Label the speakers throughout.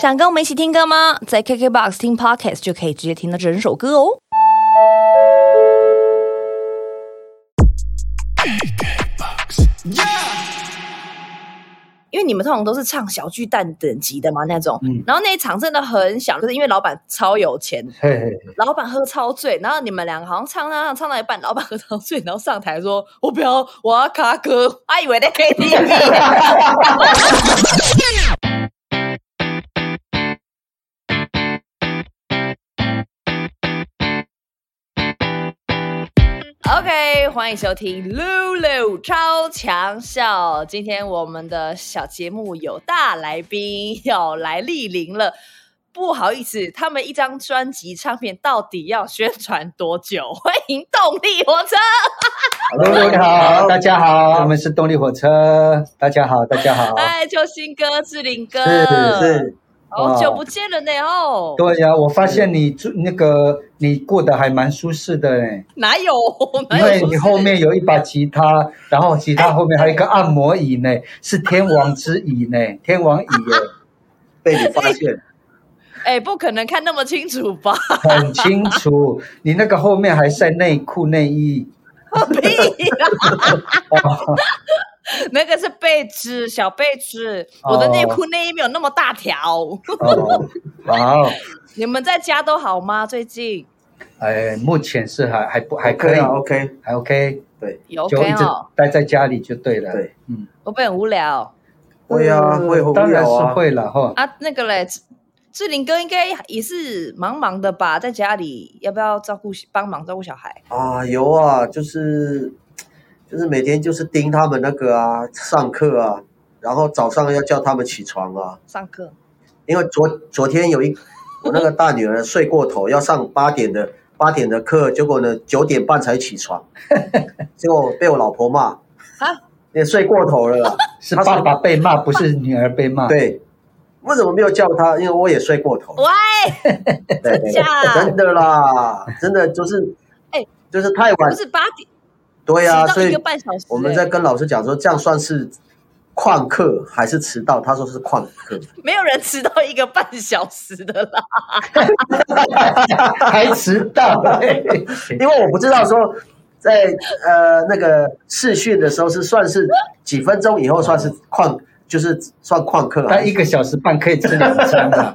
Speaker 1: 想跟我们一起听歌吗？在 KKBOX 听 Podcast 就可以直接听到整首歌哦。因为你们通常都是唱小巨蛋等级的嘛那种，
Speaker 2: 嗯
Speaker 1: 然后那一场真的很小，就是因为老板超有钱，
Speaker 2: 嘿嘿，
Speaker 1: 老板喝超醉，然后你们两个好像唱唱唱唱到一半，老板喝超醉，然后上台说：“我不要，我要卡歌。”他以为在 KTV。OK，欢迎收听露露超强笑。今天我们的小节目有大来宾要来莅临了。不好意思，他们一张专辑唱片到底要宣传多久？ 欢迎动力火车。
Speaker 2: Hello，你好，大家好，我们是动力火车，大家好，大家好，
Speaker 1: 哎，救星哥、志玲哥，
Speaker 2: 是是，
Speaker 1: 好、
Speaker 2: 哇
Speaker 1: 久不见了呢哦，
Speaker 2: 对呀、我发现你住那个你过得还蛮舒适的嘞，
Speaker 1: 哪有？ 哪
Speaker 2: 因
Speaker 1: 有
Speaker 2: 为
Speaker 1: 出
Speaker 2: 你
Speaker 1: 事
Speaker 2: 后面有一把吉他，然后吉他后面还有一个按摩椅呢，是天王之椅呢， 天王椅耶，
Speaker 3: 被你发现，
Speaker 1: 哎，不可能看那么清楚吧？
Speaker 2: 很清楚，你那个后面还晒内裤内衣，
Speaker 1: 屁啦！那个是被子，小被子。
Speaker 3: 哦
Speaker 1: 我的内裤内衣没有那么大条。
Speaker 2: 哦，好，
Speaker 1: 你们在家都好吗？最近
Speaker 2: 哎，目前是还还不还可以，
Speaker 3: 啊，OK，
Speaker 2: 还哦 OK，
Speaker 1: 有
Speaker 2: 就一
Speaker 1: OK
Speaker 2: 直
Speaker 1: 哦？
Speaker 2: 待在家里就对了，
Speaker 3: 对，
Speaker 2: 嗯。
Speaker 1: 我会很无聊
Speaker 3: 会啊，会很无
Speaker 2: 当然
Speaker 3: 聊
Speaker 2: 是
Speaker 3: 啊，
Speaker 2: 会了哈。
Speaker 1: 啊。那个嘞，志志玲哥应该也是忙忙的吧？在家里要不要照顾帮忙照顾小孩？
Speaker 3: 啊，有啊，就是就是每天就是盯他们那个啊，上课啊，然后早上要叫他们起床啊，
Speaker 1: 上课
Speaker 3: 因为昨昨天有一我那个大女儿睡过头，要上八点的八点的课，结果呢九点半才起 床，结果被我老婆骂
Speaker 1: 啊，
Speaker 3: 你睡过头了啦，啊
Speaker 2: 是爸爸被骂，不是女儿被骂。，
Speaker 3: 对。为什么没有叫她？因为我也睡过头。
Speaker 1: 喂。
Speaker 3: 对哎
Speaker 1: 真假
Speaker 3: 真的啦，真的就是，
Speaker 1: 哎
Speaker 3: 就是太晚
Speaker 1: 不，是八点，
Speaker 3: 对呀、
Speaker 1: 迟
Speaker 3: 所
Speaker 1: 到一
Speaker 3: 以
Speaker 1: 个半小时、欸
Speaker 3: 我们在跟老师讲说，这样算是旷课还是迟到？他说是旷课，
Speaker 1: 没有人迟到一个半小时的啦。
Speaker 2: 还迟 到。
Speaker 3: 因为我不知道说在呃那个试训的时候是算是几分钟以后算是旷，就是算旷课啊
Speaker 2: 他。一个小时半可以吃两餐啊嘛？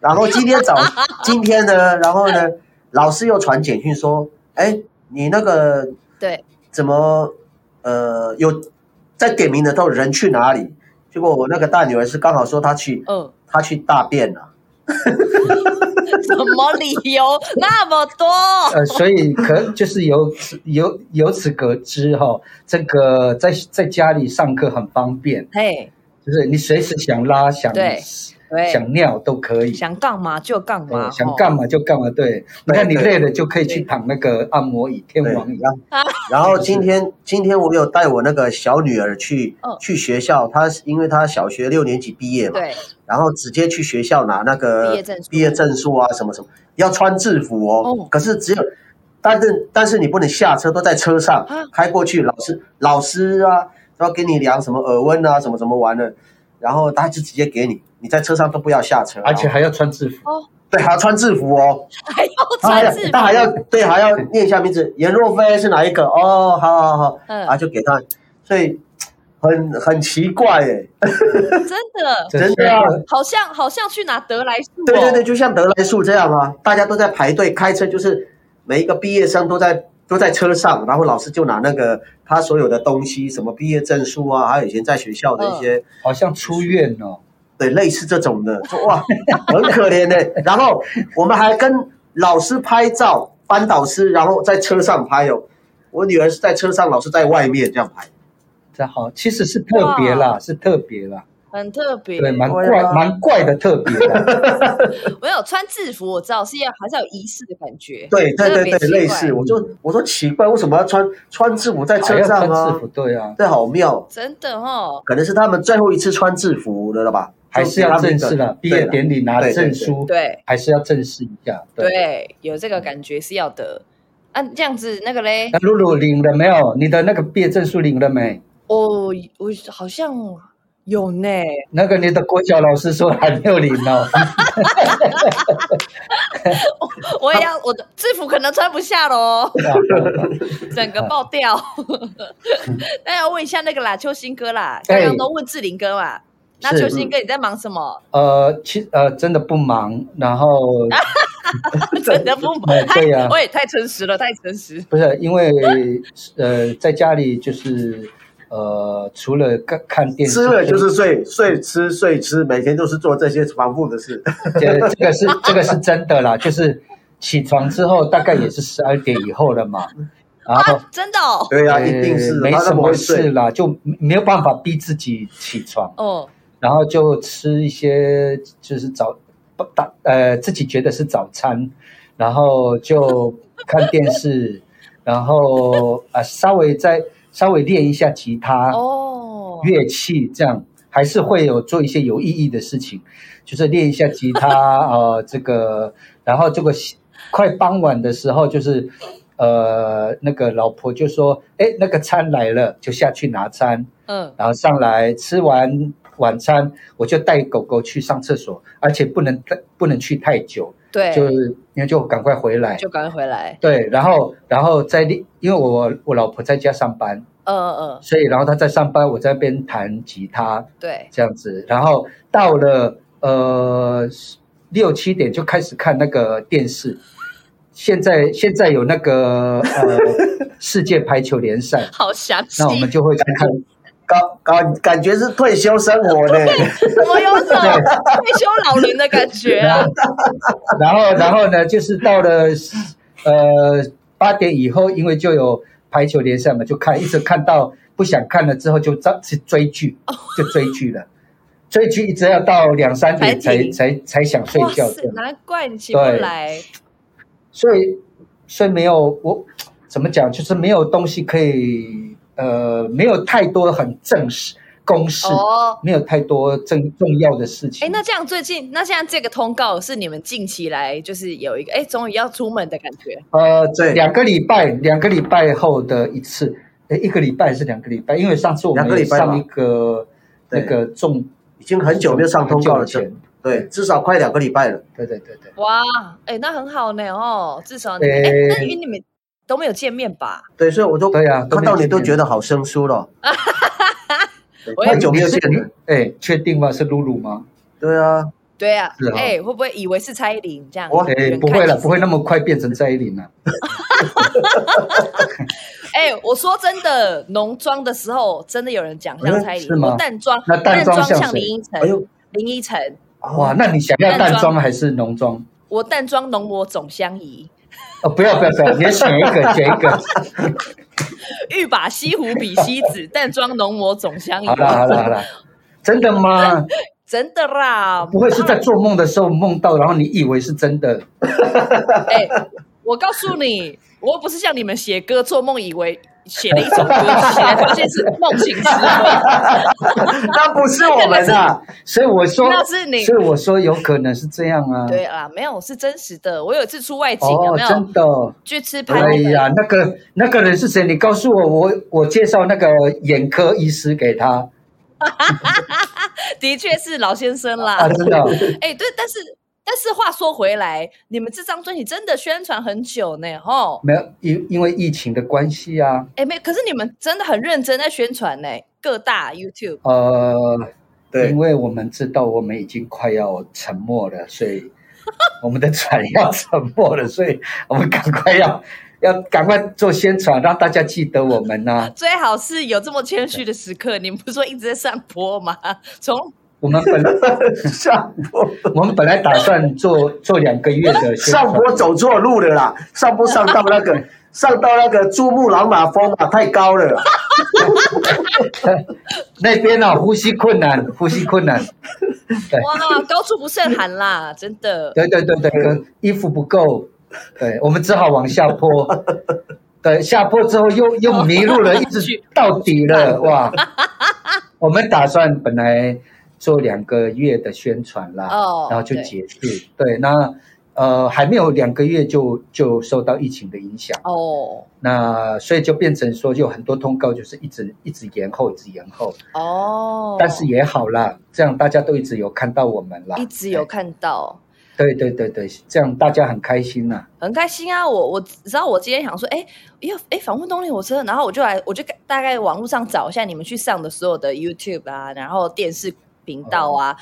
Speaker 3: 然后今天 早今天呢，然后呢，老师又传简讯说，哎，你那个
Speaker 1: 对，
Speaker 3: 怎么呃有在点名的时候人去哪里？结果我那个大女儿是刚好说她去
Speaker 1: 嗯，
Speaker 3: 她去大便啊了、
Speaker 1: 什么理由那么 多？
Speaker 2: 呃，所以可就是由此由由此可知哈、这个在在家里上课很方便，
Speaker 1: 嘿，
Speaker 2: 就是你随时想拉想
Speaker 1: 对对，
Speaker 2: 想尿都可以，
Speaker 1: 想干嘛就干嘛，
Speaker 2: 对想干
Speaker 1: 嘛。
Speaker 2: 嘛就干嘛。对，你看你
Speaker 3: 对
Speaker 2: 累了就可以去躺那个按摩椅、天
Speaker 3: 对
Speaker 2: 王椅。
Speaker 3: 然后然后今天今天我有带我那个小女儿去、
Speaker 1: 嗯
Speaker 3: 去学校，她因为她小学六年级毕业嘛，
Speaker 1: 对，
Speaker 3: 然后直接去学校拿那
Speaker 1: 毕
Speaker 3: 个
Speaker 1: 业证书
Speaker 3: 毕业证书啊什么什么，要穿制服哦。
Speaker 1: 哦
Speaker 3: 可是只有，但是但是你不能下车，都在车上
Speaker 1: 啊
Speaker 3: 开过去，老师老师啊都要给你量什么耳温啊，什么什么玩的，然后他就直接给你，你在车上都不要下车，
Speaker 2: 而且
Speaker 3: 然后
Speaker 2: 还要穿制服，
Speaker 3: 对还要穿制服哦。
Speaker 1: 还要
Speaker 3: 他还
Speaker 1: 穿
Speaker 3: 要
Speaker 1: 制服
Speaker 3: 他还要对还要念一下名字，颜若飞是哪一个？哦，好好好，
Speaker 1: 嗯
Speaker 3: 啊，就给他，所以很很奇怪哎，
Speaker 1: 真的，
Speaker 3: 真的啊
Speaker 1: 好像好像去拿德莱哦树。
Speaker 3: 对对对，，就像德莱树这样啊，大家都在排队开车，就是每一个毕业生都在都在车上，然后老师就拿那个他所有的东西，什么毕业证书啊，还有以前在学校的一些。
Speaker 2: 好像出院哦。
Speaker 3: 对，类似这种的，说哇， 很可怜的。然后我们还跟老师拍照，班导师，然后在车上拍哦。我女儿是在车上，老师在外面这样拍。
Speaker 2: 这好，其实是特别啦，是特别啦。
Speaker 1: 很特别。
Speaker 2: 对，蛮
Speaker 3: 对
Speaker 2: 怪
Speaker 3: 啊
Speaker 2: 蛮怪的特别的，
Speaker 1: 没有穿制服，我知道是要还是要有仪式的感觉。
Speaker 3: 对对对
Speaker 1: 特别奇
Speaker 3: 对，
Speaker 1: 怪
Speaker 3: 类似。我就我说奇怪，为什么要穿穿制服 在
Speaker 2: 还
Speaker 3: 车
Speaker 2: 要
Speaker 3: 上
Speaker 2: 穿制
Speaker 3: 啊
Speaker 2: 服，？对啊，
Speaker 3: 这好妙，
Speaker 1: 真的哦，
Speaker 3: 可能是他们最后一次穿制服了了吧？
Speaker 2: 还是要正式
Speaker 3: 式
Speaker 2: 的，毕业典礼拿
Speaker 3: 对对
Speaker 2: 证书，
Speaker 1: 对
Speaker 2: 还是要正式一下。，
Speaker 1: 对，有这个感觉是要的。啊，这样子那个嘞，
Speaker 2: 那露露领了没有？你的那个毕业证书领了没？
Speaker 1: 哦我我好像有呢，
Speaker 2: 那个你的国小老师说喊六零哦，
Speaker 1: 我也要我的制服可能穿不下喽， 整个爆掉。那要问一下那个啦，邱兴哥啦，刚
Speaker 2: 哎
Speaker 1: 刚都问志玲哥嘛，那
Speaker 2: 是
Speaker 1: 邱兴哥你在忙什么？
Speaker 2: 呃，其呃真的不忙，然 后
Speaker 1: 真的不忙
Speaker 2: 哎，对呀
Speaker 1: 我也太诚实了，太诚实。
Speaker 2: 不是因为呃在家里就是呃除了看看电视，
Speaker 3: 吃了就是睡，睡吃睡吃，每天都是做这些反复的 事。
Speaker 2: 这这个是这个是真的啦，就是起床之后大概也是十二点以后了嘛，然后。
Speaker 1: 啊，真的哦，
Speaker 3: 对呀、
Speaker 2: 呃
Speaker 3: 一定是的，
Speaker 2: 没
Speaker 3: 他
Speaker 2: 什
Speaker 3: 那么
Speaker 2: 么
Speaker 3: 会
Speaker 2: 事
Speaker 3: 睡。
Speaker 2: 啦，就没有办法逼自己起床，
Speaker 1: 哦，
Speaker 2: 然后就吃一些就是早不打呃自己觉得是早餐，然后就看电视，然后啊稍微再稍微练一下吉他
Speaker 1: 哦，
Speaker 2: 乐器，这样还是会有做一些有意义的事情，就是练一下吉他 呃这个，然后这个快傍晚的时候就是。呃，那个老婆就说：“哎，那个餐来了，就下去拿餐。”
Speaker 1: 嗯，
Speaker 2: 然后上来吃完晚餐，我就带狗狗去上厕所，而且不能太不能去太久，
Speaker 1: 对，
Speaker 2: 就因为就赶快回来。
Speaker 1: 就赶快回来。
Speaker 2: 对，然后然后在另因为我我老婆在家上班，
Speaker 1: 嗯嗯，嗯，
Speaker 2: 所以然后她在上班，我在那边弹吉他
Speaker 1: 对，
Speaker 2: 这样子。然后到了呃六七点就开始看那个电视。现在现在有那个呃世界排球联赛，
Speaker 1: 好详细
Speaker 2: 那，我们就会去看
Speaker 3: 感感感觉是退休生活呢，
Speaker 1: 怎么有种退休老人的感觉啊？
Speaker 2: 然后，然后呢，就是到了呃八点以后，因为就有排球联赛嘛，就看一直看到不想看了之后就追去追剧，就追剧了，追剧一直要到两三点
Speaker 1: 才
Speaker 2: 才
Speaker 1: 停
Speaker 2: 才才想啊睡
Speaker 1: 哇
Speaker 2: 觉
Speaker 1: 塞
Speaker 2: 这，样，
Speaker 1: 难怪你起不来。
Speaker 2: 所以所以没有我怎么讲，就是没有东西可以呃没有太多很正式公式，
Speaker 1: 哦，
Speaker 2: 没有太多正重要的事情。
Speaker 1: 哎，那这样最近，那现在这个通告是你们近期来就是有一个哎，终于要出门的感觉。
Speaker 2: 呃，
Speaker 3: 对
Speaker 2: 两个礼拜，两个礼拜后的一次，诶一个礼拜还是两个礼拜，因为上次我们
Speaker 3: 两个礼
Speaker 2: 也
Speaker 3: 拜吧
Speaker 2: 上一个那
Speaker 3: 对
Speaker 2: 个重
Speaker 3: 已经很久没有上通告了，
Speaker 2: 很久以
Speaker 3: 这
Speaker 2: 前
Speaker 3: 对，至少快两个礼拜了。
Speaker 2: 对对对对，
Speaker 1: 哇，哎，那很好呢哦，至少你们哎
Speaker 2: 哎，
Speaker 1: 那因为你们都没有见面吧？
Speaker 3: 对，所以我都
Speaker 2: 对呀
Speaker 3: 看到
Speaker 2: 都没有
Speaker 3: 你
Speaker 2: 见
Speaker 3: 都
Speaker 2: 面
Speaker 3: 觉得好生疏了。对
Speaker 1: 我也
Speaker 3: 太久没有见了。
Speaker 2: 哎，确定吗？是露露吗？
Speaker 3: 对啊，
Speaker 1: 对啊
Speaker 2: 是，哦
Speaker 1: 哎，会不会以为是蔡依林这样？
Speaker 3: 哇
Speaker 2: 哎，
Speaker 1: 远看
Speaker 2: 不会了，
Speaker 1: 近
Speaker 2: 不会那么快变成蔡依林了。
Speaker 1: 哎、我说真的，浓妆的时候真的有人讲像蔡依
Speaker 2: 嗯是
Speaker 1: 林，
Speaker 2: 吗
Speaker 1: 我淡妆，
Speaker 2: 那淡妆
Speaker 1: 妆
Speaker 2: 像谁
Speaker 1: 林依晨，
Speaker 3: 哎呦，哦
Speaker 1: 林依晨，
Speaker 2: 哇，那你想要
Speaker 1: 淡
Speaker 2: 淡
Speaker 1: 妆
Speaker 2: 妆还是浓妆？
Speaker 1: 我淡妆浓抹总相宜，
Speaker 2: 哦，不要不要不要， 你选一个选一个。
Speaker 1: 欲把西湖比西子，淡妆浓抹总相宜
Speaker 2: 好。了好了好了，真的 吗？
Speaker 1: 真的啦，
Speaker 2: 不会是在做梦的时候梦到，然后你以为是真的？
Speaker 1: 哎、我告诉你，我又不是像你们写歌做梦以为写了一首歌，写来发现是梦醒时 分。
Speaker 3: 那不是我们啊的，
Speaker 2: 所以我说
Speaker 1: 那是你，
Speaker 2: 所以我说有可能是这样啊。
Speaker 1: 对啦，没有是真实的。我有一次出外景，有
Speaker 2: 哦，
Speaker 1: 没有
Speaker 2: 真的哦。
Speaker 1: 去吃排
Speaker 2: 哎
Speaker 1: 骨？
Speaker 2: 呀，那个那个人是谁？你告诉我，我我介绍那个眼科医师给他
Speaker 1: 的确是老先生啦。
Speaker 2: 啊，真的 哦，
Speaker 1: 哎、对，但是但是话说回来，你们这张专辑真的宣传很久呢，吼，
Speaker 2: 没有因因为疫情的关系啊，
Speaker 1: 哎、没，可是你们真的很认真在宣传呢，各大 YouTube
Speaker 2: 呃，
Speaker 3: 对
Speaker 2: 因，为我们知道我们已经快要沉没了，所以我们的船要沉没了，所以我们赶快 要要赶快做宣传，让大家记得我们呐、
Speaker 1: 最好是有这么谦虚的时刻，你们不是说一直在上坡吗？从
Speaker 2: 我们本来
Speaker 3: 上坡
Speaker 2: 我们本来打算做做两个月的宣传
Speaker 3: 上坡走错路了啦，上坡上到 那个上到那个珠穆朗玛峰啊，太高了啦。
Speaker 2: 那边啊，呼吸困难，呼吸困难。
Speaker 1: 哇，高处不胜寒啦，真的。
Speaker 2: 对对对对，可衣服不够，对我们只好往下坡。 对，下坡之后又又迷路了，一直到底了，哇！我们打算本来做两个月的宣传啦，
Speaker 1: 哦
Speaker 2: 然后就
Speaker 1: 对
Speaker 2: 结束。对，那呃，还没有两个月就就受到疫情的影响，
Speaker 1: 哦
Speaker 2: 那所以就变成说，有很多通告就是一直一直延后，一直延后。
Speaker 1: 哦，
Speaker 2: 但是啊也好啦，这样大家都一直有看到我们啦，
Speaker 1: 一直有看到，
Speaker 2: 对对对对，这样大家很开心呐、
Speaker 1: 很开心啊！我我只知道我今天想说，哎要哎访问动力火车，然后我就来，我就大概网络上找一下你们去上的所有的 YouTube 啊，然后电视频道啊。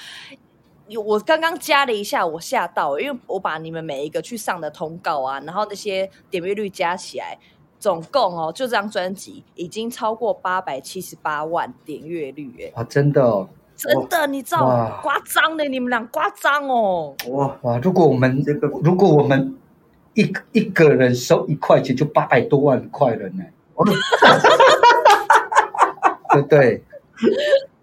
Speaker 1: 有我刚刚加了一下，我吓到，因为我把你们每一个去上的通告啊，然后那些点阅率加起来，总共哦，就这张专辑已经超过八百七十八万点阅率，哎，
Speaker 2: 哇，真的哦，
Speaker 1: 真的，你知道
Speaker 2: 哇，
Speaker 1: 夸张的，你们俩夸张哦。
Speaker 3: 哇，
Speaker 2: 哇！如果我们
Speaker 3: 这个
Speaker 2: 如果我们一个一个人收一块钱，就八百多万块了呢，对 不对？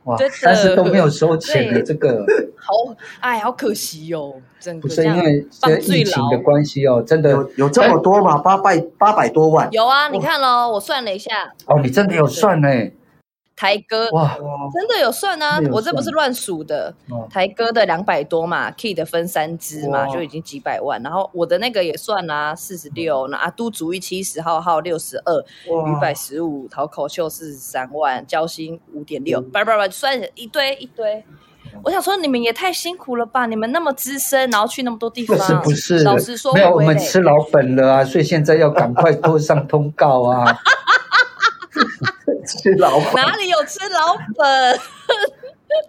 Speaker 2: 哇
Speaker 1: 真的！
Speaker 2: 但是都没有收钱的，
Speaker 1: 对
Speaker 2: 这个
Speaker 1: 好，哎，好可惜哦，整
Speaker 2: 不
Speaker 1: 个
Speaker 2: 是
Speaker 1: 这
Speaker 2: 因
Speaker 1: 样
Speaker 2: 为这疫情的关系哦，真的
Speaker 3: 有有这么多
Speaker 2: 哎
Speaker 3: 吗？八百八百多万，
Speaker 1: 有啊，你看喽，我算了一下，
Speaker 2: 哦，你真的有算呢，
Speaker 1: 台哥
Speaker 2: 哇！
Speaker 3: 哇
Speaker 1: 真的有算啊
Speaker 2: 真的，有
Speaker 1: 我这不
Speaker 2: 算
Speaker 1: 是乱数的，
Speaker 2: 哦
Speaker 1: 台哥的两百多嘛，Key 的分三支嘛，
Speaker 3: 哇
Speaker 1: 就已经几百万，然后我的那个也算啦，四十六，那阿都主义七十，浩浩六十二，
Speaker 3: 哇
Speaker 1: 鱼百十五，淘口秀四十三万，交心五点
Speaker 2: 嗯
Speaker 1: 六，叭叭叭，算一堆一堆。我想说，你们也太辛苦了吧！你们那么资深，然后去那么多地
Speaker 2: 不
Speaker 1: 方，
Speaker 2: 是不是
Speaker 1: 老实说，
Speaker 2: 没有
Speaker 1: 会不
Speaker 2: 我
Speaker 1: 会
Speaker 2: 们
Speaker 1: 累
Speaker 2: 吃老本了啊，所以现在要赶快多上通告啊！
Speaker 3: 是老板
Speaker 1: 哪里有吃老本？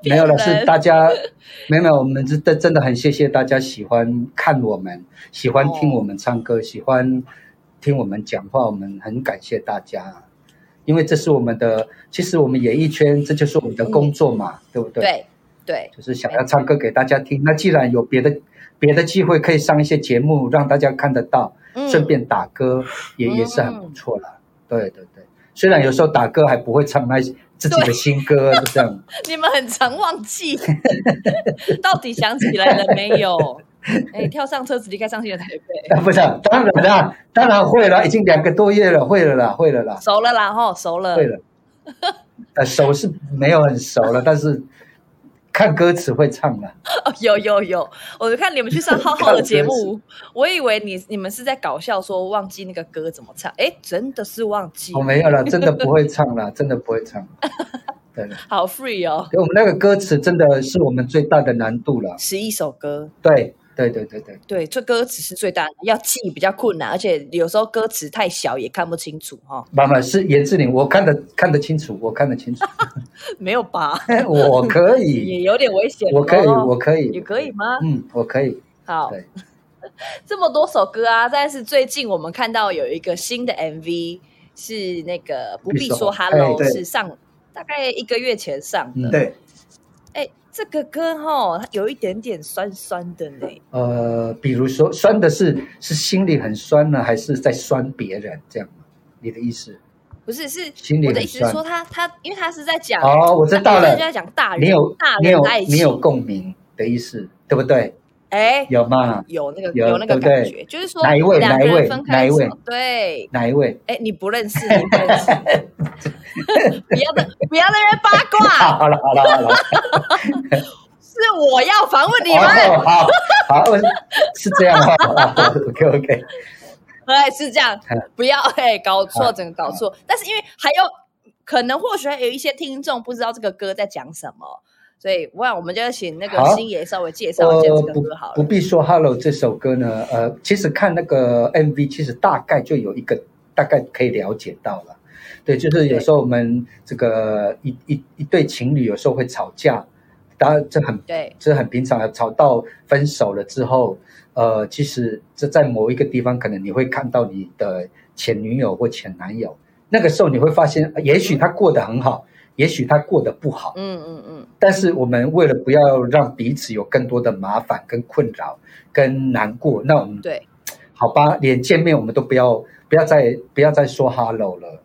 Speaker 2: 没有了，
Speaker 1: 骗人
Speaker 2: 是大家 没有没有，我们真的真的很谢谢大家喜欢看我们，喜欢听我们唱
Speaker 1: 哦
Speaker 2: 歌，喜欢听我们讲话，我们很感谢大家，因为这是我们的，其实我们演艺圈这就是我们的工作嘛，对不
Speaker 1: 嗯
Speaker 2: 对？，
Speaker 1: 对对，
Speaker 2: 就是想要唱歌给大家听。那既然有别的别的机会可以上一些节目，让大家看得到，
Speaker 1: 嗯
Speaker 2: 顺便打歌也、也是很不错啦。对对对，虽然有时候打歌还不会唱那自己的新歌，就这样。
Speaker 1: 你们很常忘 记，到底想起来了没 有？哎，跳上车子离开伤心的台北，
Speaker 2: 啊，不是，当然啦，当然会了，已经两个多月了，会了啦，会了啦，
Speaker 1: 熟了啦吼，熟了
Speaker 2: 会。了。呃，熟是没有很熟了，但是看歌词会唱了。
Speaker 1: 哦， 有有有，我就看你们去上浩浩的节目，我以为你你们是在搞笑，说忘记那个歌怎么唱，哎，真的是忘记
Speaker 2: 我、，没有了，真的不会唱了，真的不会唱。对了，
Speaker 1: 好 free 哦，
Speaker 2: 对我们那个歌词真的是我们最大的难度了。
Speaker 1: 十一首歌。
Speaker 2: 对，对，对，对，对，
Speaker 1: 对，这歌词是最大的，要记比较困难，而且有时候歌词太小也看不清楚哈、哦，
Speaker 2: 妈妈是严志玲，我看得看得清楚，我看得清楚，
Speaker 1: 没有吧？
Speaker 2: 我可
Speaker 1: 也
Speaker 2: 以，
Speaker 1: 有点危险哦。
Speaker 2: 我可以，我可
Speaker 1: 也
Speaker 2: 以，
Speaker 1: 可以吗？
Speaker 2: 嗯，我可以。
Speaker 1: 好
Speaker 2: 对，
Speaker 1: 这么多首歌啊，但是最近我们看到有一个新的 MV 是那个不必说
Speaker 2: 必说
Speaker 1: Hello，
Speaker 3: 哎对
Speaker 1: 是上大概一个月前上的。
Speaker 2: 嗯
Speaker 3: 对，
Speaker 1: 哎、这个歌哈，它有一点点酸酸的呢。
Speaker 2: 呃，比如说酸的是是心里很酸呢，还是在酸别人这样？你的意思？
Speaker 1: 不是，是
Speaker 2: 心里
Speaker 1: 我的
Speaker 2: 很
Speaker 1: 意思是
Speaker 2: 酸
Speaker 1: 说他他，因为他是在讲，
Speaker 2: 哦，我知道
Speaker 1: 他
Speaker 2: 了
Speaker 1: 是，在讲大
Speaker 2: 你
Speaker 1: 人
Speaker 2: 有
Speaker 1: 大
Speaker 2: 你
Speaker 1: 人
Speaker 2: 有
Speaker 1: 的爱
Speaker 2: 你有
Speaker 1: 情。
Speaker 2: 共鸣的意思，对不对？
Speaker 1: 哎、
Speaker 2: 有吗？
Speaker 1: 有那个
Speaker 2: 有
Speaker 1: 那个
Speaker 2: 对不对
Speaker 1: 感觉，就是说
Speaker 2: 哪一位
Speaker 1: 两个
Speaker 2: 哪一位
Speaker 1: 人分
Speaker 2: 哪
Speaker 1: 开
Speaker 2: 一
Speaker 1: 之
Speaker 2: 位
Speaker 1: 后，对，
Speaker 2: 哪一位？
Speaker 1: 哎、你不认识，你不认 识， 不要的，不要在那边八卦。
Speaker 2: 好了好了好了，
Speaker 1: 是我要访 问你们，
Speaker 2: 哦好好，我是是这样吗？OK 哦 OK，
Speaker 1: 哎，是这样
Speaker 2: 嗯，
Speaker 1: 不要哎搞错，
Speaker 2: 好
Speaker 1: 整个搞错。但是因为还有可能，或许还有一些听众不知道这个歌在讲什么，所以我想我们就请那个
Speaker 2: 好
Speaker 1: 星爷稍微介绍一下
Speaker 2: 呃，
Speaker 1: 这个
Speaker 2: 不
Speaker 1: 歌好
Speaker 2: 不
Speaker 1: 了。
Speaker 2: 必说 Hello 这首歌呢，呃，其实看那个 MV，其实大概就有一个大概可以了解到了。对，就是有时候我们这个一一一对情侣有时候会吵架，当然这很
Speaker 1: 对，
Speaker 2: 这很平常的，吵到分手了之后，呃，其实这在某一个地方，可能你会看到你的前女友或前男友，那个时候你会发现，呃也许他过得很好，也许他过得不好，
Speaker 1: 嗯嗯嗯，
Speaker 2: 但是我们为了不要让彼此有更多的麻烦、跟困扰、跟难过，那我们
Speaker 1: 对，
Speaker 2: 好吧，连见面我们都不要，不要再不要再说 hello 了。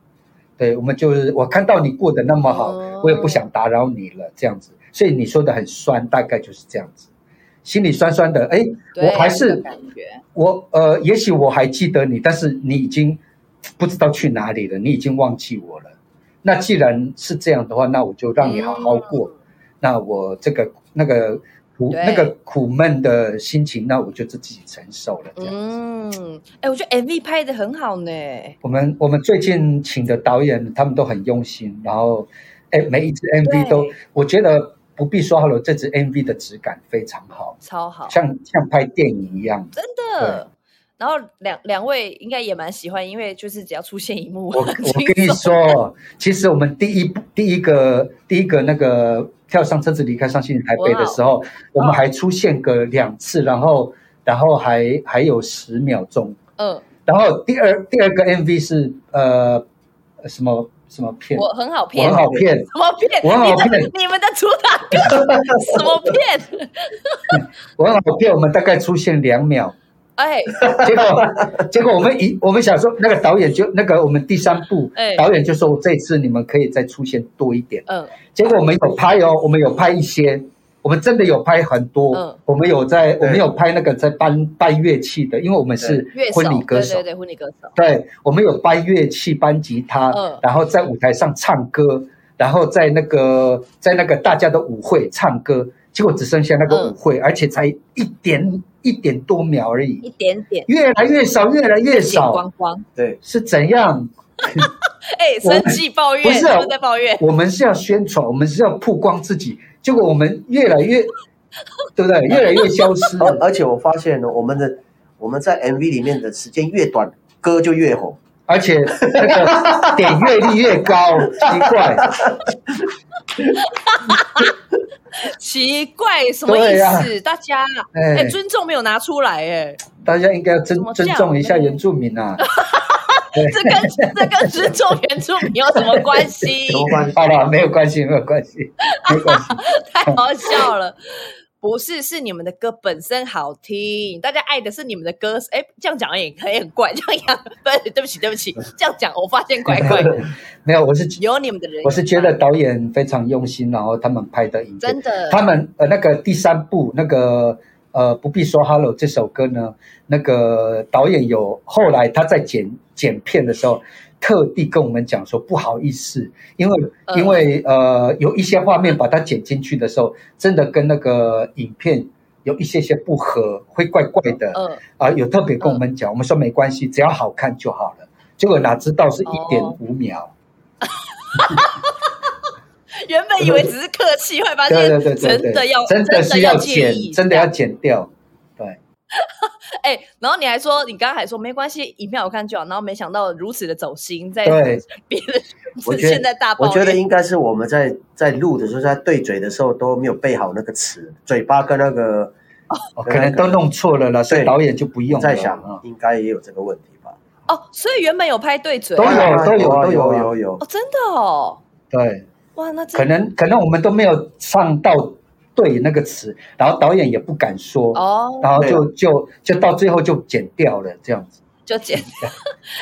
Speaker 2: 对，我们就是我看到你过得那么好，
Speaker 1: 哦
Speaker 2: 我也不想打扰你了，这样子。所以你说的很酸，大概就是这样子，心里酸酸的。哎，
Speaker 1: 对
Speaker 2: 我还
Speaker 1: 这
Speaker 2: 是
Speaker 1: 个感觉，
Speaker 2: 我呃，也许我还记得你，但是你已经不知道去哪里了，你已经忘记我了。那既然是这样的话，那我就让你好好过。那我这个那个苦
Speaker 1: 哦对
Speaker 2: 那个苦闷的心情，那我就自己承受了。这样，
Speaker 1: 嗯，哎、我觉得 MV 拍的很好呢。
Speaker 2: 我们我们最近请的导演他们都很用心，然后哎，每一支 MV 都
Speaker 1: 对，
Speaker 2: 我觉得不必说好了，这支 MV 的质感非常好，
Speaker 1: 超好，
Speaker 2: 像像拍电影一样。
Speaker 1: 真的。然后两两位应该也蛮喜欢，因为就是只要出现一幕，
Speaker 2: 我
Speaker 1: 很
Speaker 2: 我
Speaker 1: 轻
Speaker 2: 跟你
Speaker 1: 松
Speaker 2: 说，其实我们第一部第一个第一个那个跳上车子离开伤心台北的时候，我们还出现个两次，然后然后还还有十秒钟，
Speaker 1: 嗯，
Speaker 2: 然后第二第二个 MV 是呃什么什么片，
Speaker 1: 我
Speaker 2: 我
Speaker 1: 很好骗，
Speaker 2: 很好骗，
Speaker 1: 什么骗？
Speaker 2: 我很好
Speaker 1: 你的
Speaker 2: 骗
Speaker 1: 你们的主打 歌什么骗？
Speaker 2: 我很好骗，我们大概出现两秒，
Speaker 1: 哎，
Speaker 2: 结果结果我们一我们想说那个导演就那个我们第三部
Speaker 1: 哎
Speaker 2: 导演就说这次你们可以再出现多一点。
Speaker 1: 嗯，
Speaker 2: 结果我们有拍哦，我们有拍一些，我们真的有拍很多，
Speaker 1: 嗯
Speaker 2: 我们有在，我
Speaker 3: 对
Speaker 2: 们有拍那个在搬搬乐器的，因为我们是
Speaker 1: 乐手，
Speaker 2: 婚礼歌手，
Speaker 1: 对对对，婚礼歌手，
Speaker 2: 对我们有搬乐器、搬吉他，
Speaker 1: 嗯
Speaker 2: 然后在舞台上唱歌，然后在那个在那个大家的舞会唱歌，结果只剩下那个
Speaker 1: 嗯
Speaker 2: 舞会，而且才一点一点多秒而
Speaker 1: 一
Speaker 2: 已，
Speaker 1: 点点，
Speaker 2: 越来越少，越来
Speaker 1: 一
Speaker 2: 越
Speaker 1: 点
Speaker 2: 少，
Speaker 1: 光光，
Speaker 3: 对，
Speaker 2: 是怎样？
Speaker 1: 哎，
Speaker 2: 我
Speaker 1: 生气抱
Speaker 2: 不
Speaker 1: 怨，
Speaker 2: 是啊
Speaker 1: 他们在抱怨，
Speaker 2: 我们是要宣传，我们是要曝光自己，结果我们越来越，对不对？越来越消失
Speaker 3: 而
Speaker 2: 了，
Speaker 3: 而且我发现呢，我们的我们在 MV 里面的时间越短，歌就越红。
Speaker 2: 而且那个点阅率越高，奇怪，
Speaker 1: 奇怪，什么
Speaker 2: 对
Speaker 1: 意
Speaker 2: 呀
Speaker 1: 思？大家，哎，
Speaker 2: 哎，
Speaker 1: 尊重没有拿出来，哎，
Speaker 2: 大家应该要尊
Speaker 1: 怎么这
Speaker 2: 尊
Speaker 1: 样
Speaker 2: 重一下
Speaker 1: 呢
Speaker 2: 原住 民啊。
Speaker 1: 这跟这跟尊重原住民有什么关系？
Speaker 3: 有关系
Speaker 2: 嗯好了， 没有关系，没有关系，没有关系。
Speaker 1: 太好笑了。不是，是你们的歌本身好听，大家爱的是你们的歌。哎，这样讲也可以很怪，这样讲，不，对不起，对不起，这样讲我发现 怪怪的。
Speaker 2: 没有，我是
Speaker 1: 有你们的人，
Speaker 2: 我是觉得导演非常用心，然后他们拍的影片
Speaker 1: 真的，
Speaker 2: 他们呃那个第三部那个呃不必说 hello 这首歌呢，那个导演有后来他在剪剪片的时候，特地跟我们讲说不好意思，因为、
Speaker 1: 嗯
Speaker 2: 因为呃有一些画面把它剪进去的时候，真的跟那个影片有一些些不合，会怪怪的啊、
Speaker 1: 嗯，
Speaker 2: 有特别跟我们讲，我们说没关系，只要好看就好了。结果哪知道是
Speaker 1: 哦
Speaker 2: 一点五秒。
Speaker 1: 原本以为只是客气，后来发
Speaker 2: 对
Speaker 1: 现
Speaker 2: 对对对
Speaker 1: 真
Speaker 2: 对，
Speaker 1: 的要
Speaker 2: 真
Speaker 1: 的
Speaker 2: 的是要
Speaker 1: 介
Speaker 2: 剪
Speaker 1: 意，，
Speaker 2: 真的要剪掉。
Speaker 1: 哎、然后你还说，你刚刚还说没关系，影片好看就好，然后没想到如此的走心，在
Speaker 2: 对
Speaker 1: 别人
Speaker 3: 我觉得
Speaker 1: 现在大抱
Speaker 3: 我
Speaker 1: 怨，
Speaker 3: 觉得应该是我们在在录的时候，在对嘴的时候都没有备好那个词，嘴巴跟那个
Speaker 2: 哦，可能都弄错了啦，所以
Speaker 3: 对
Speaker 2: 导演就不用了。
Speaker 3: 在想
Speaker 2: 啊，
Speaker 3: 应该也有这个问题吧？
Speaker 1: 哦，所以原本有拍对嘴
Speaker 2: 都
Speaker 1: 啊、
Speaker 2: 有都有
Speaker 3: 啊
Speaker 2: 都有
Speaker 3: 有
Speaker 2: 啊
Speaker 3: 有有
Speaker 1: 哦，真的哦，
Speaker 2: 对，
Speaker 1: 哇，那真
Speaker 2: 可能可能我们都没有唱到对那个词，然后导演也不敢说，
Speaker 1: 哦，
Speaker 2: 然后就就就到最后就剪掉了这样子。
Speaker 1: 就简单。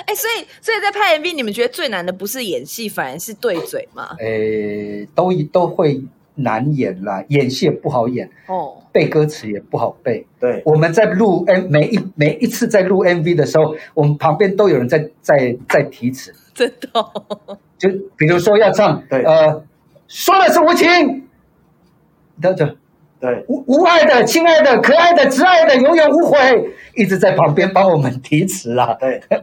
Speaker 1: 哎、所以所以在拍 MV，你们觉得最难的不是演戏，反而是对嘴吗？
Speaker 2: 诶，都都会难演啦，演戏也不好演，
Speaker 1: 哦，
Speaker 2: 背歌词也不好背。
Speaker 3: 对，
Speaker 2: 我们在录 M 每一每一次在录 MV 的时候，我们旁边都有人在在在提词，
Speaker 1: 真的、哦，
Speaker 2: 就比如说要唱，
Speaker 3: 对
Speaker 2: 呃，说的是无情，等等。
Speaker 3: 对，
Speaker 2: 无无爱的、亲爱的、可爱的、挚爱的，永远无悔，一直在旁边帮我们提词啊啦。
Speaker 3: 对，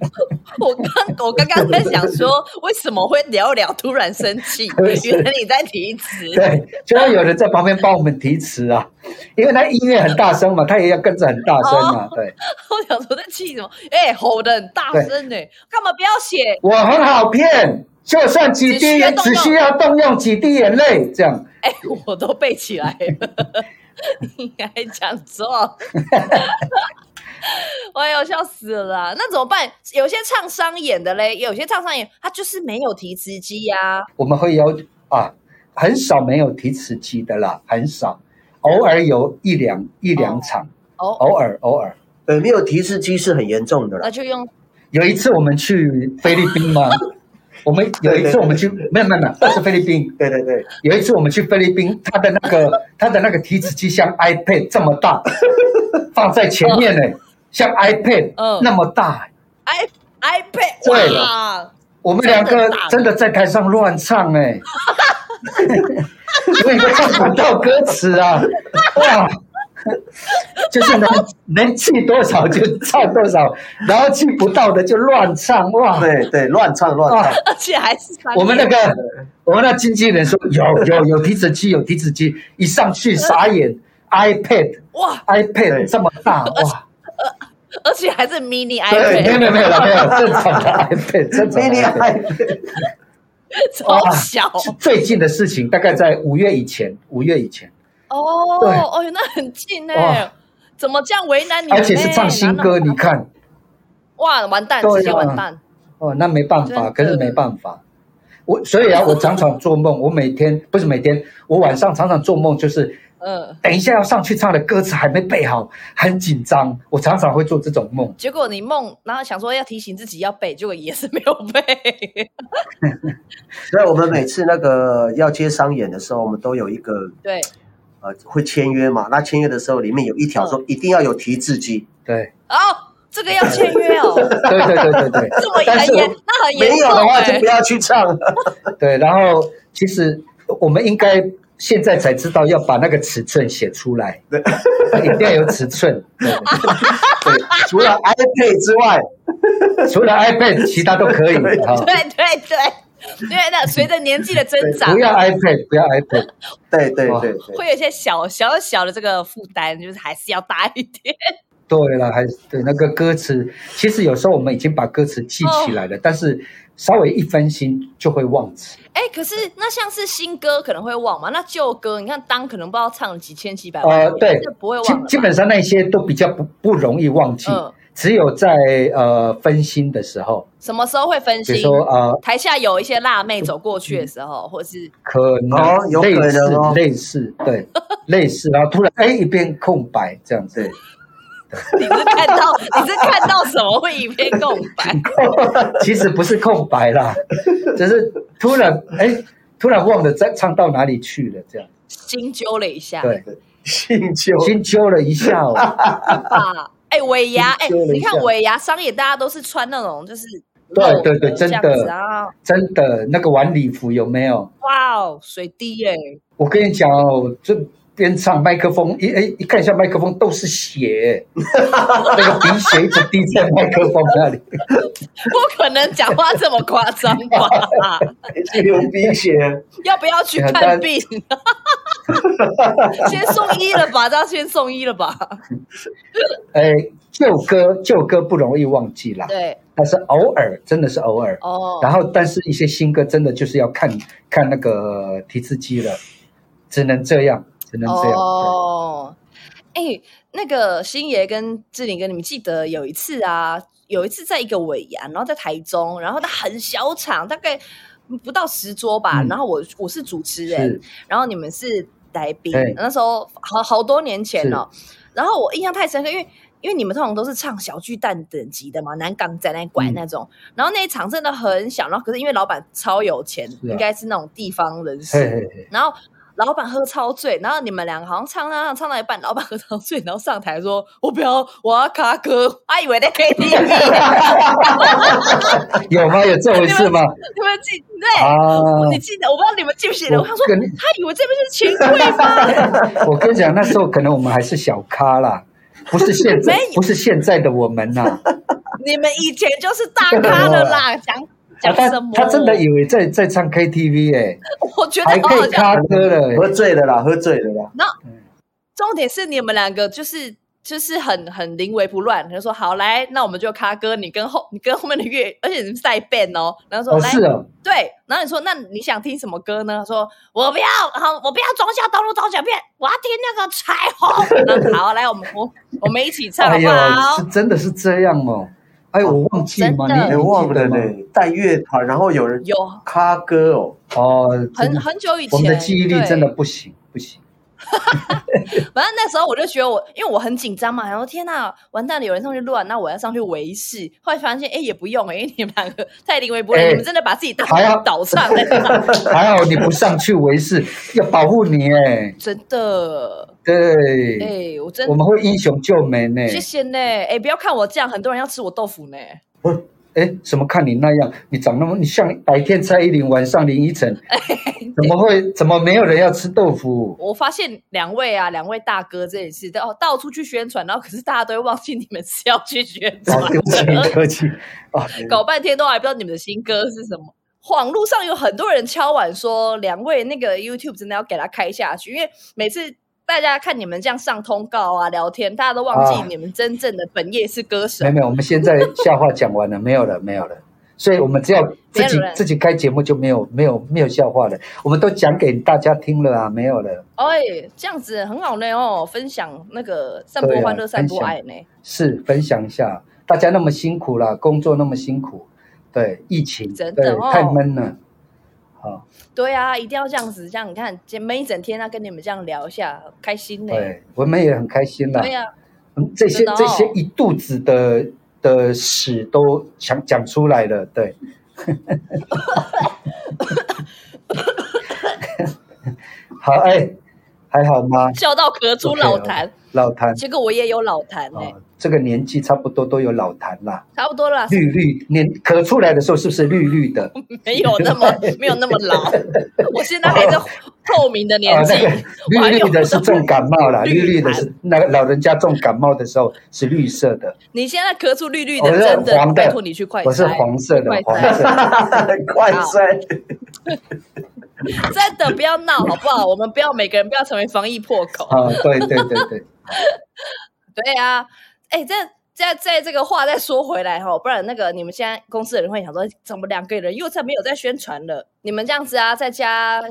Speaker 1: 我刚我刚刚在想说，为什么会聊一聊突然生 气？原来你在提词，
Speaker 2: 对，就要有人在旁边帮我们提词啊，因为他音乐很大声嘛，他也要跟着很大声嘛。对，
Speaker 1: 我想说在气什么？哎、吼的很大声呢、干嘛不要写？
Speaker 2: 我很好骗，就算几滴眼，
Speaker 1: 只
Speaker 2: 只
Speaker 1: 需
Speaker 2: 需要动用几滴眼泪，这样。
Speaker 1: 哎、我都背起来了， 你还讲错？ 哎呦，笑死了啦！那怎么办？有些唱商演的嘞，有些唱商演他就是没有提词机呀、
Speaker 2: 我们会要啊，很少没有提词机的啦，很少，偶尔有一两一两场，
Speaker 1: 哦，
Speaker 2: 偶尔偶尔。
Speaker 3: 对，呃没有提示机是很严重的
Speaker 1: 那
Speaker 3: 啦。
Speaker 1: 就用
Speaker 2: 有一次我们去菲律宾嘛，我们有一次我们去，没有没有没有，那是菲律宾。
Speaker 1: 呃
Speaker 3: 对对对，
Speaker 2: 有一次我们去菲律宾，他的那个他的那个提词机像 iPad 这么大，放在前面呢、像 iPad
Speaker 1: 嗯
Speaker 2: 那么大、
Speaker 1: i iPad
Speaker 2: 对
Speaker 1: 哇，
Speaker 2: 我们两
Speaker 1: 真的
Speaker 2: 个
Speaker 1: 很大
Speaker 2: 真的在台上乱唱哎、因为唱不到歌词啊，哇，就是能能气多少就唱多少，然后气不到的就乱唱
Speaker 1: 哦
Speaker 2: 哇。
Speaker 3: 对对，乱唱乱
Speaker 2: 啊
Speaker 3: 唱。
Speaker 1: 而且还是三
Speaker 2: 我们那
Speaker 1: 年
Speaker 2: 个我们那经纪人说有有有提词器有提词器，一上去傻眼，iPad
Speaker 1: 哇，
Speaker 2: iPad
Speaker 3: 对
Speaker 2: 这么大哇！
Speaker 1: 而且还是 mini
Speaker 2: 对，没有
Speaker 1: iPad，
Speaker 2: 没有没有了没有，正常 的 iPad 正常的 iPad。
Speaker 1: 超小
Speaker 2: 最近的事情大概在五月以前，五月以前，
Speaker 1: 哦
Speaker 2: 对
Speaker 1: 哦，那很近哎
Speaker 2: 哇，
Speaker 1: 怎么这样为难你们呢？
Speaker 2: 而且是唱新歌，
Speaker 1: 哪
Speaker 2: 你
Speaker 1: 能
Speaker 2: 看
Speaker 1: 哇，完蛋，
Speaker 2: 对啊
Speaker 1: 直接完蛋，
Speaker 2: 哦，那没办法，
Speaker 1: 真的
Speaker 2: 可是没办法。我所以啊，我常常做梦，我每天不是每天，我晚上常常做梦，就是
Speaker 1: 嗯。
Speaker 2: 等一下要上去唱的歌词还没背好，很紧张。我常常会做这种梦。
Speaker 1: 结果你梦，然后想说要提醒自己要背，结果也是没有背。
Speaker 3: 所以我们每次那个要接商演的时候，我们都有一个
Speaker 1: 对，
Speaker 3: 呃会签约嘛。那签约的时候，里面有一条
Speaker 1: 嗯
Speaker 3: 说一定要有提字机，
Speaker 2: 对，
Speaker 1: 哦，这个要签约哦，
Speaker 2: 对对对对对。
Speaker 1: 这么
Speaker 3: 但是
Speaker 1: 很严，那很
Speaker 3: 没
Speaker 1: 严
Speaker 3: 有的
Speaker 1: 重
Speaker 3: 话
Speaker 1: 哎、
Speaker 3: 就不要去唱。
Speaker 2: 对，然后其实我们应该现在才知道要把那个尺寸写出来，一定要有尺寸。对
Speaker 3: 对，除了 iPad 之外，
Speaker 2: 除了 iPad，其他都可以哈。
Speaker 1: 欸对对对，对的，随着年纪的增长
Speaker 2: 不，要 iPad，不要 iPad，
Speaker 3: 对对对对，
Speaker 1: 会有一些小小小的这个负担，就是还是要大一点。
Speaker 2: 对了，还是对那个歌词，其实有时候我们已经把歌词记起来
Speaker 1: 哦
Speaker 2: 了，但是稍微一分心就会忘词。
Speaker 1: 哎，可是那像是新歌可能会忘嘛，那旧歌你看当可能不知道唱了几千几百万遍，
Speaker 2: 呃，对
Speaker 1: 这不会，
Speaker 2: 基
Speaker 1: 忘了
Speaker 2: 基本上那些都比较不不容易忘记，
Speaker 1: 嗯
Speaker 2: 只有在呃分心的时候，
Speaker 1: 什么时候会分
Speaker 2: 比
Speaker 1: 心
Speaker 2: 如？说呃嗯
Speaker 1: 台下有一些辣妹走过去的时候，或是
Speaker 2: 可
Speaker 3: 哦有
Speaker 2: 能类
Speaker 3: 可能
Speaker 2: 似、
Speaker 3: 哦
Speaker 2: 类似 对类似，然后突然哎一片空白这样子
Speaker 3: 对，
Speaker 1: 你是看到你是看到什么会一片空白？
Speaker 2: 其实不是空白啦，就是突然哎突然忘了在唱到哪里去了这样，
Speaker 1: 心揪了一下，
Speaker 2: 对，
Speaker 3: 姓邱
Speaker 2: 心揪了一下哦。
Speaker 1: 吧？哎，尾牙，哎，
Speaker 2: 揪了一下
Speaker 1: 你看尾牙商演，大家都是穿那种就是
Speaker 2: 对对对真的
Speaker 1: 这样子啊，
Speaker 2: 真的那个晚礼服有没有？
Speaker 1: 哇哦，水滴耶，
Speaker 2: 我跟你讲哦，这边唱麦克风一哎一看一下麦克风都是血，那个鼻血一直滴在麦克风那里。
Speaker 1: 不可能讲话这么夸张 吧？
Speaker 3: 流鼻血，
Speaker 1: 要不要去看病？ 先送医了吧，这样先送医了吧？
Speaker 2: 哎，旧歌旧歌不容易忘记啦，
Speaker 1: 对，
Speaker 2: 但是偶尔真的是偶尔。
Speaker 1: 哦，
Speaker 2: 然后，但是一些新歌真的就是要看看那个提词机了，只能这样，只能这样。对
Speaker 1: 哦，哎、那个星爷跟志玲哥，你们记得有一次啊，有一次在一个尾牙，然后在台中，然后他很小场，大概不到十桌吧，
Speaker 2: 嗯
Speaker 1: 然后我我是主持人
Speaker 2: 是，
Speaker 1: 然后你们是来宾
Speaker 2: 对，
Speaker 1: 那时候好好多年前哦，然后我印象太深刻，因为。因为你们通常都是唱小巨蛋等级的嘛，南港展览馆
Speaker 2: 嗯
Speaker 1: 那种，然后那一场真的很小，然后可是因为老板超有钱，
Speaker 2: 啊
Speaker 1: 应该是那种地方人士，
Speaker 2: 嘿嘿嘿，
Speaker 1: 然后老板喝超醉，然后你们两个好像唱唱唱唱到一半，老板喝超醉，然后上台说：“我不要，我要卡歌。”他以为在 KTV，
Speaker 2: 有吗？有这回事吗？
Speaker 1: 你们记对？
Speaker 2: 啊！
Speaker 1: 你记得？我不知道你们记不记得。
Speaker 2: 我
Speaker 1: 我想说，
Speaker 2: 跟你
Speaker 1: 他以为这边是群会吗？
Speaker 2: 我跟你讲，那时候可能我们还是小咖啦，不是现 在
Speaker 1: 没有，
Speaker 2: 不是现在的我们呐、啊。
Speaker 1: 你们以前就是大咖了 啦，讲 讲
Speaker 2: 哦他
Speaker 1: 什么？
Speaker 2: 他真的以为在在唱 KTV 哎、
Speaker 1: 我觉得
Speaker 2: 还
Speaker 1: 好
Speaker 2: 可
Speaker 1: 好
Speaker 2: 以
Speaker 1: 笑。
Speaker 2: 咖歌了、
Speaker 3: 喝
Speaker 1: 哦
Speaker 2: 欸。
Speaker 3: 醉了啦，喝醉了啦。
Speaker 1: 重点是你们两个就是。就是很很临危不乱，他就说好来，那我们就咖歌，你跟后你跟后面的乐，而且你们是带 band 哦，然后说、
Speaker 2: 哦，
Speaker 1: 来
Speaker 2: 是哦，
Speaker 1: 对，然后你说那你想听什么歌呢？他说我不要，好，我不要装下道路装小片，我要听那个彩虹。 那好，来我们我我们一起唱好
Speaker 2: 哎
Speaker 1: 不
Speaker 2: 呦，
Speaker 1: 好
Speaker 2: 是？真的是这样哦。哎，我忘记吗？
Speaker 1: 哦真的
Speaker 2: 你你
Speaker 3: 哎，忘
Speaker 2: 记
Speaker 3: 了
Speaker 2: 得吗？
Speaker 3: 呢，带乐团，然后有人
Speaker 1: 有
Speaker 3: 咖歌哦，
Speaker 2: 哦，真
Speaker 1: 很
Speaker 2: 的
Speaker 1: 很久以前，
Speaker 2: 我们的记忆力
Speaker 1: 对
Speaker 2: 真的。不行不行。
Speaker 1: 反正那时候我就觉得我，因为我很紧张嘛，然后天呐，完蛋了，有人上去乱，那我要上去维系。后来发现，哎，也不用哎，因为你们两个太临危不乱，
Speaker 2: 哎
Speaker 1: 你们真的把自己当
Speaker 2: 还要
Speaker 1: 岛上在唱，
Speaker 2: 还好你不上去为是， 要保护你哎、
Speaker 1: 真的，
Speaker 2: 对，
Speaker 1: 哎，我真
Speaker 2: 我们会英雄救美呢、
Speaker 1: 谢谢呢，哎，不要看我这样，很多人要吃我豆腐呢。
Speaker 2: 哎，怎么看你那样？你长那么，你像白天蔡依林，晚上林依晨，
Speaker 1: 哎
Speaker 2: 怎么会？怎么没有人要吃豆 腐？
Speaker 1: 我发现两位啊，两位大哥这一次到哦到处去宣传，然后可是大家都会忘记你们是要去宣传
Speaker 2: 哦，对不起，
Speaker 1: 的，
Speaker 2: 对 不起，哦，
Speaker 1: 搞半天都还不知道你们的新歌是什么。网络上有很多人敲碗说，两位那个 YouTube 真的要给他开下去，因为每次大家看你们这样上通告啊、聊天，大家都忘记
Speaker 2: 啊
Speaker 1: 你们真正的本业是歌手
Speaker 2: 没有。没有，我们现在笑话讲完了，没有了，没有了。所以我们只要自己
Speaker 1: 没有了
Speaker 2: 自己开节目就没有没有没有笑话了，我们都讲给大家听了啊，没有了。
Speaker 1: 哎，这样子很好呢哦，分享那个散播
Speaker 2: 对啊
Speaker 1: 欢乐、散播
Speaker 2: 分享
Speaker 1: 爱呢。
Speaker 2: 是分享一下，大家那么辛苦啦，工作那么辛苦，对疫情，
Speaker 1: 真的
Speaker 2: 对
Speaker 1: 哦
Speaker 2: 太闷了。好、
Speaker 1: 对啊，一定要这样子，这样你看，姐妹一整天啊要跟你们这样聊一下，开心呢、
Speaker 2: 对，我们也很开心啦。
Speaker 1: 对呀、啊，
Speaker 2: 嗯，这些
Speaker 1: 真的哦
Speaker 2: 这些一肚子的的屎都想讲出来了， 对。好，哎，还好吗？
Speaker 1: 笑到咳出
Speaker 2: OK，
Speaker 1: 老痰。
Speaker 2: 老痰
Speaker 1: 结果我也有老痰呢、
Speaker 2: 啊，这个年纪差不多都有老痰啦，
Speaker 1: 差不多啦，
Speaker 2: 绿绿，连咳出来的时候是不是绿绿的？
Speaker 1: 没有那 么没有那么老。我现在还在透明的年
Speaker 2: 啊，
Speaker 1: 纪
Speaker 2: 哦那，
Speaker 1: 我还
Speaker 2: 个绿
Speaker 1: 有
Speaker 2: 绿的是重感冒啦，
Speaker 1: 绿
Speaker 2: 绿
Speaker 1: 痰
Speaker 2: 绿的是那个老人家重感冒的时候是绿色的，
Speaker 1: 你现在咳出绿绿
Speaker 2: 我
Speaker 1: 的，
Speaker 2: 是
Speaker 1: 真的，
Speaker 2: 黄的
Speaker 1: 拜托你去快
Speaker 2: 我是
Speaker 1: 筛，
Speaker 2: 黄色的
Speaker 1: 快，塞
Speaker 2: 黄色的。
Speaker 3: 快
Speaker 1: 啊
Speaker 3: 塞！
Speaker 1: 真的不要闹好不好？我 们不要每个人不要成为防疫破口。
Speaker 2: 啊，对对对对，
Speaker 1: 对啊，哎，这在在这个话再说回来哈、不然那个你们现在公司的人会想说，哎怎么两个人又在没有在宣传了？你们这样子啊，在家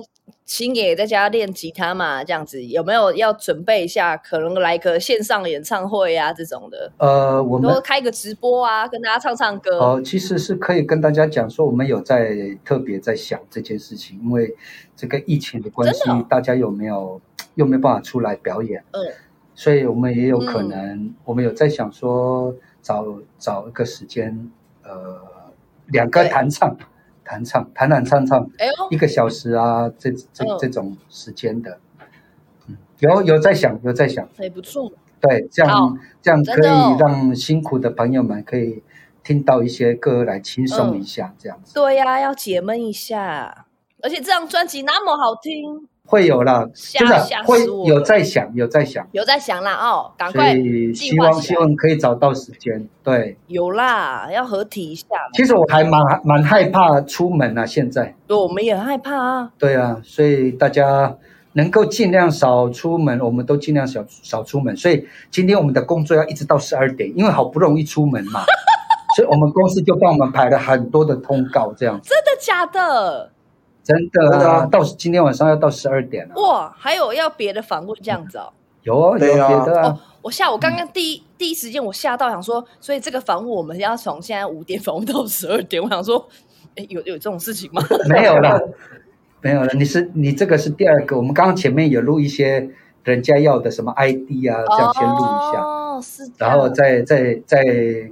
Speaker 1: 星野在家练吉他嘛，这样子有没有要准备一下，可能来个线上演唱会啊这种的，
Speaker 2: 呃，我们
Speaker 1: 多开个直播啊，跟大家唱唱歌。
Speaker 2: 哦，其实是可以跟大家讲说，我们有在特别在想这件事情，因为这个疫情的关系，
Speaker 1: 真的哦
Speaker 2: 大家有没有又没有办法出来表演？
Speaker 1: 嗯，
Speaker 2: 所以我们也有可能，我们有在想说找找一个时间，呃，两个
Speaker 1: 对
Speaker 2: 弹唱，弹唱，弹弹唱唱，
Speaker 1: 哎呦，
Speaker 2: 一个小时啊，这这
Speaker 1: 嗯
Speaker 2: 这种时间的，嗯，有有在想，有在想。
Speaker 1: 还不错，
Speaker 2: 对，这
Speaker 1: 好
Speaker 2: 样这样
Speaker 1: 真
Speaker 2: 可
Speaker 1: 的哦
Speaker 2: 以让辛苦的朋友们可以听到一些歌来轻松一
Speaker 1: 嗯
Speaker 2: 下，这样子
Speaker 1: 对呀、要解闷一下。而且这张专辑那么好听，
Speaker 2: 会有啦，
Speaker 1: 吓
Speaker 2: 真的
Speaker 1: 吓死
Speaker 2: 会
Speaker 1: 我
Speaker 2: 有
Speaker 1: 了
Speaker 2: 在想，有在想，
Speaker 1: 有在想啦哦，赶
Speaker 2: 所
Speaker 1: 快
Speaker 2: 以
Speaker 1: 计
Speaker 2: 希
Speaker 1: 划
Speaker 2: 望
Speaker 1: 起
Speaker 2: 希
Speaker 1: 来
Speaker 2: 望可以找到时间。对，
Speaker 1: 有啦，要合体一下嘛。
Speaker 2: 其实我还蛮蛮害怕出门啊，现在
Speaker 1: 对，我们也很害怕啊。
Speaker 2: 对啊，所以大家。能够尽量少出门，我们都尽量少少出门。所以今天我们的工作要一直到十二点，因为好不容易出门嘛， 所以我们公司就帮我们排了很多的通告，这样子。
Speaker 1: 真的假的？
Speaker 2: 真的
Speaker 3: 真的啊
Speaker 2: 啊，到今天晚上要到十二点了。啊
Speaker 1: 哇，还有要别的访问这样子哦。
Speaker 2: 有哦，有
Speaker 3: 对啊
Speaker 2: 别的
Speaker 1: 哦
Speaker 2: 啊，，
Speaker 1: 我下午刚刚第一、第一时间我吓到，想说，所以这个访问我们要从现在五点访问到十二点，我想说，哎，有有这种事情吗？
Speaker 2: 没有了，没有了。你是你这个是第二个，我们刚刚前面有录一些人家要的什么 ID 啊，这样先录一下，
Speaker 1: 哦，是这样，
Speaker 2: 然后再再再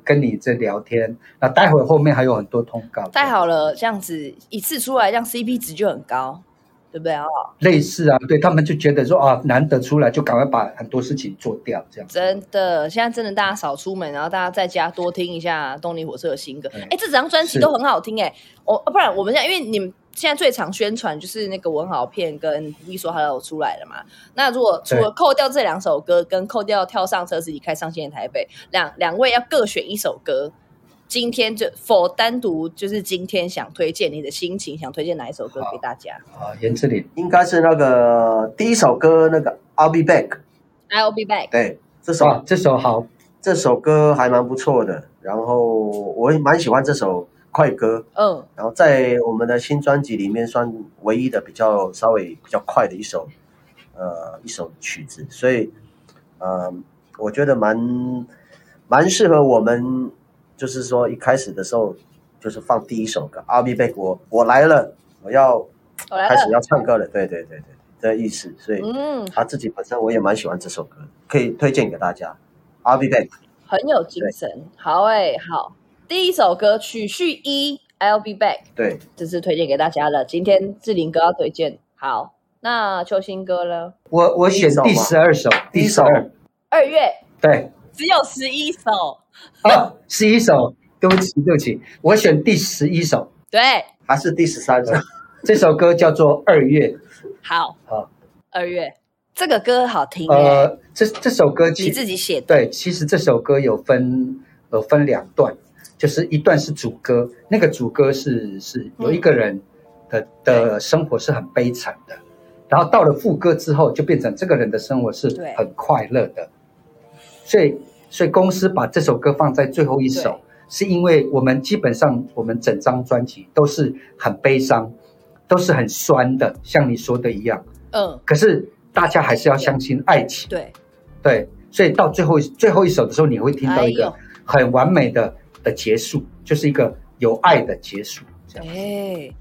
Speaker 2: 跟你这聊天。那待会后面还有很多通告，
Speaker 1: 太好了，这样子一次出来，这样 CP 值就很高，对不对啊？
Speaker 2: 类似啊，对他们就觉得说啊，难得出来就赶快把很多事情做掉，这样
Speaker 1: 真的，现在真的大家少出门，然后大家在家多听一下动力火车的新歌。
Speaker 2: 嗯
Speaker 1: 哎、这几张专辑
Speaker 2: 是
Speaker 1: 都很好听哎、我、不然我们现在因为你们现在最常宣传就是那个文豪片跟 We 说 Hello 出来了嘛。那如果除
Speaker 2: 对
Speaker 1: 了扣掉这两首歌，跟扣掉跳上车自己开上线台北，两两位要各选一首歌。今天就否单独就是今天想推荐你的心情，想推荐哪一首歌给大家
Speaker 2: 啊。颜志林，
Speaker 3: 应该是那个第一首歌，那个 I'll Be Back。
Speaker 1: ？I'll be back。
Speaker 3: 对，这首、
Speaker 2: 哇，这首好，
Speaker 3: 这首歌还蛮不错的，然后我也蛮喜欢这首快歌，
Speaker 1: 嗯，
Speaker 3: 然后在我们的新专辑里面算唯一的比较稍微比较快的一首，呃，一首曲子，所以，呃，我觉得蛮蛮适合我们，就是说一开始的时候就是放第一首歌《I'll Be Back》，我我来了，我要
Speaker 1: 我来
Speaker 3: 开始
Speaker 1: 了。
Speaker 3: 要唱歌了，对对对对，这意思，所以。
Speaker 1: 嗯，
Speaker 3: 他自己本身我也蛮喜欢这首歌，可以推荐给大家。I'll be back。
Speaker 1: 很有精神。好哎、好，第一首歌曲序一，I'll be back，
Speaker 3: 对，
Speaker 1: 这是推荐给大家的。今天志玲哥要推荐，好，那秋兴哥呢？
Speaker 2: 我我选
Speaker 3: 第
Speaker 2: 第
Speaker 3: 一首啊
Speaker 2: 十二首，
Speaker 3: 第一首
Speaker 2: 12
Speaker 1: 二月
Speaker 2: 对
Speaker 1: 只有十一首，
Speaker 2: 啊，十一首。对不起，对不起，我选第十一首，
Speaker 1: 对，
Speaker 3: 还是第十三
Speaker 1: 嗯
Speaker 3: 首？
Speaker 2: 这首歌叫做《二月》。
Speaker 1: 好，
Speaker 2: 好，
Speaker 1: 二月这个歌好听哎、
Speaker 2: 呃，这这首歌
Speaker 1: 你
Speaker 2: 其
Speaker 1: 自己写的，
Speaker 2: 对，其实这首歌有分有分两段，就是一段是主歌，那个主歌是是有一个人的、的生活是很悲惨的，然后到了副歌之后，就变成这个人的生活是
Speaker 1: 对
Speaker 2: 很快乐的，所以所以公司把这首歌放在最后一首
Speaker 1: 对，
Speaker 2: 是因为我们基本上我们整张专辑都是很悲伤，都是很酸的，像你说的一样，
Speaker 1: 嗯，
Speaker 2: 可是大家还是要相信爱情。
Speaker 1: 对，
Speaker 2: 对，所以到最后最后一首的时候，你会听到一
Speaker 1: 哎
Speaker 2: 个
Speaker 1: 呦
Speaker 2: 很完美的的结束，就是一个有爱的结束。这
Speaker 1: 哎、
Speaker 2: 样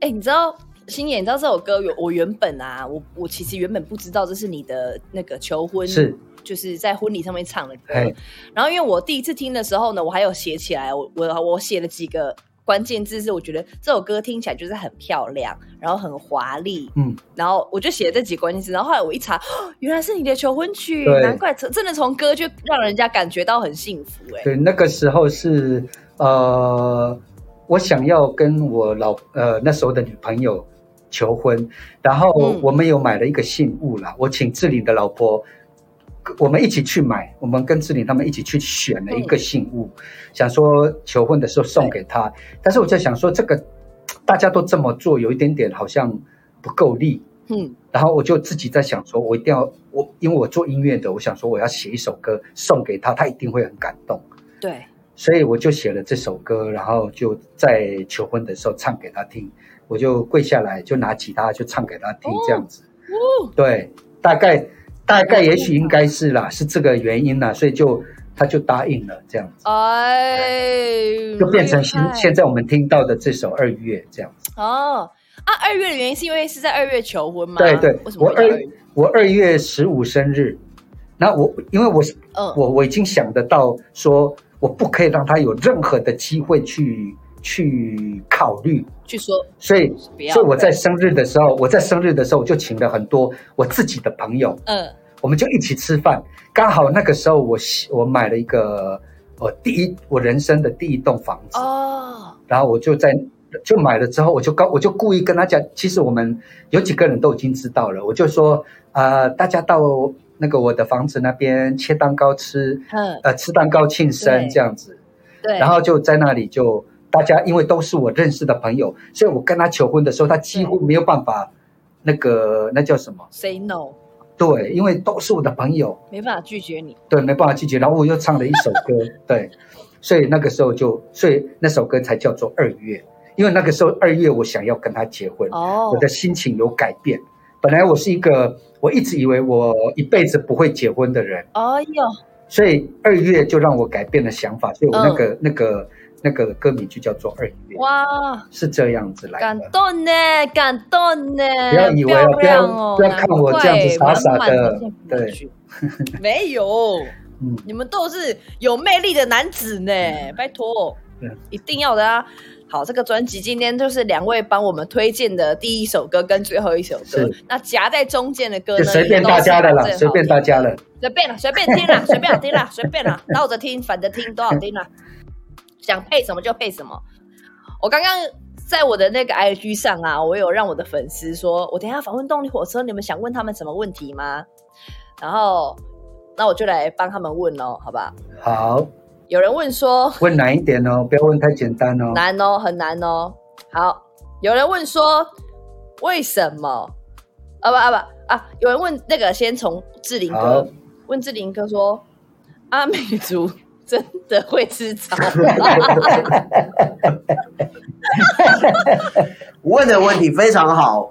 Speaker 1: 哎、你知道星野，你知道这首歌有我原本啊，我我其实原本不知道这是你的那个求婚，
Speaker 2: 是，
Speaker 1: 就是在婚礼上面唱的歌。
Speaker 2: 哎，
Speaker 1: 然后因为我第一次听的时候呢，我还有写起来，我我我写了几个关键字，是我觉得这首歌听起来就是很漂亮，然后很华丽，
Speaker 2: 嗯，
Speaker 1: 然后我就写了这几个关键字，然后后来我一查， 哦原来是你的求婚曲，
Speaker 2: 对
Speaker 1: 难怪从真的从歌就让人家感觉到很幸福、哎，
Speaker 2: 对，那个时候是呃，我想要跟我老呃那时候的女朋友求婚，然后
Speaker 1: 嗯
Speaker 2: 我们有买了一个信物啦，我请志玲的老婆。我们一起去买，我们跟志玲他们一起去选了一个信物，想说求婚的时候送给她。但是我在想说，这个大家都这么做，有一点点好像不够力。
Speaker 1: 嗯，
Speaker 2: 然后我就自己在想说，我一定要我，因为我做音乐的，我想说我要写一首歌送给她，她一定会很感动。
Speaker 1: 对，
Speaker 2: 所以我就写了这首歌，然后就在求婚的时候唱给他听，我就跪下来就拿吉他就唱给他听
Speaker 1: 哦，
Speaker 2: 这样子。
Speaker 1: 哦，
Speaker 2: 对，大概大概也许应该是啦，是这个原因啦，所以就他就答应了这样子，
Speaker 1: 哎，
Speaker 2: 就变成现
Speaker 1: 厉害
Speaker 2: 现在我们听到的这首《二月》这样子。
Speaker 1: 哦啊，二月的原因是因为是在二月求婚吗？
Speaker 2: 对对
Speaker 1: 为什，么会
Speaker 2: 我
Speaker 1: 叫
Speaker 2: 二
Speaker 1: 二月？
Speaker 2: 我二月十五生日，那我因为我是
Speaker 1: 嗯，
Speaker 2: 我我已经想得到说，我不可以让他有任何的机会去去考虑，
Speaker 1: 去说
Speaker 2: 所以。
Speaker 1: 不要，嗯
Speaker 2: 所以我在生日的时候，我在生日的时候我就请了很多我自己的朋友，
Speaker 1: 嗯
Speaker 2: 我们就一起吃饭。刚好那个时候我喜我买了一个我第一我人生的第一栋房子，
Speaker 1: 哦，
Speaker 2: 然后我就在就买了之后，我就告我就故意跟他讲，其实我们有几个人都已经知道了，我就说呃大家到那个我的房子那边切蛋糕吃，
Speaker 1: 嗯，
Speaker 2: 呃吃蛋糕庆生
Speaker 1: 对
Speaker 2: 这样子。
Speaker 1: 对，
Speaker 2: 然后就在那里就大家因为都是我认识的朋友，所以我跟他求婚的时候，他几乎没有办法，那
Speaker 1: 嗯
Speaker 2: 个那叫什么？
Speaker 1: say no，
Speaker 2: 对，因为都是我的朋友，
Speaker 1: 没办法拒绝你。
Speaker 2: 对，没办法拒绝。然后我又唱了一首歌，对，所以那个时候就，所以那首歌才叫做二月，因为那个时候二月我想要跟他结婚，
Speaker 1: 哦，
Speaker 2: 我的心情有改变。本来我是一个我一直以为我一辈子不会结婚的人，
Speaker 1: 哎呦，
Speaker 2: 所以二月就让我改变了想法，所以我那
Speaker 1: 嗯
Speaker 2: 个、那个那个歌名就叫做二月。
Speaker 1: 哇，
Speaker 2: 是这样子来
Speaker 1: 感
Speaker 2: 的。
Speaker 1: 动呢，感动呢，
Speaker 2: 不要以为
Speaker 1: 漂
Speaker 2: 啊不要
Speaker 1: 亮哦，
Speaker 2: 不要看我这样子傻傻的对
Speaker 1: 对， 没有，
Speaker 2: 嗯
Speaker 1: 你们都是有魅力的男子呢，拜托
Speaker 2: 对，
Speaker 1: 一定要的啊。好，这个专辑今天就是两位帮我们推荐的第一首歌跟最后一首歌
Speaker 2: 是，
Speaker 1: 那夹在中间的歌
Speaker 2: 就
Speaker 1: 呢，
Speaker 2: 随便大家的啦，随便
Speaker 1: 家。
Speaker 2: 大家的。
Speaker 1: 随便了，随便听啦，随便听啦，随便啦，倒着听，反着听，都好听啦。想配什么就配什么。我刚刚在我的那个 IG 上啊，我有让我的粉丝说，我等一下访问动力火车，你们想问他们什么问题吗？然后，那我就来帮他们问哦，好吧？
Speaker 2: 好，
Speaker 1: 有人问说
Speaker 2: 问难一点哦，不要问太简单哦。
Speaker 1: 难哦，很难哦。好，有人问说为什么？啊不啊不啊！有人问那个，先从志玲
Speaker 2: 好
Speaker 1: 哥问志玲哥说，阿美族真的会吃草吗？
Speaker 3: 问的问题非常好，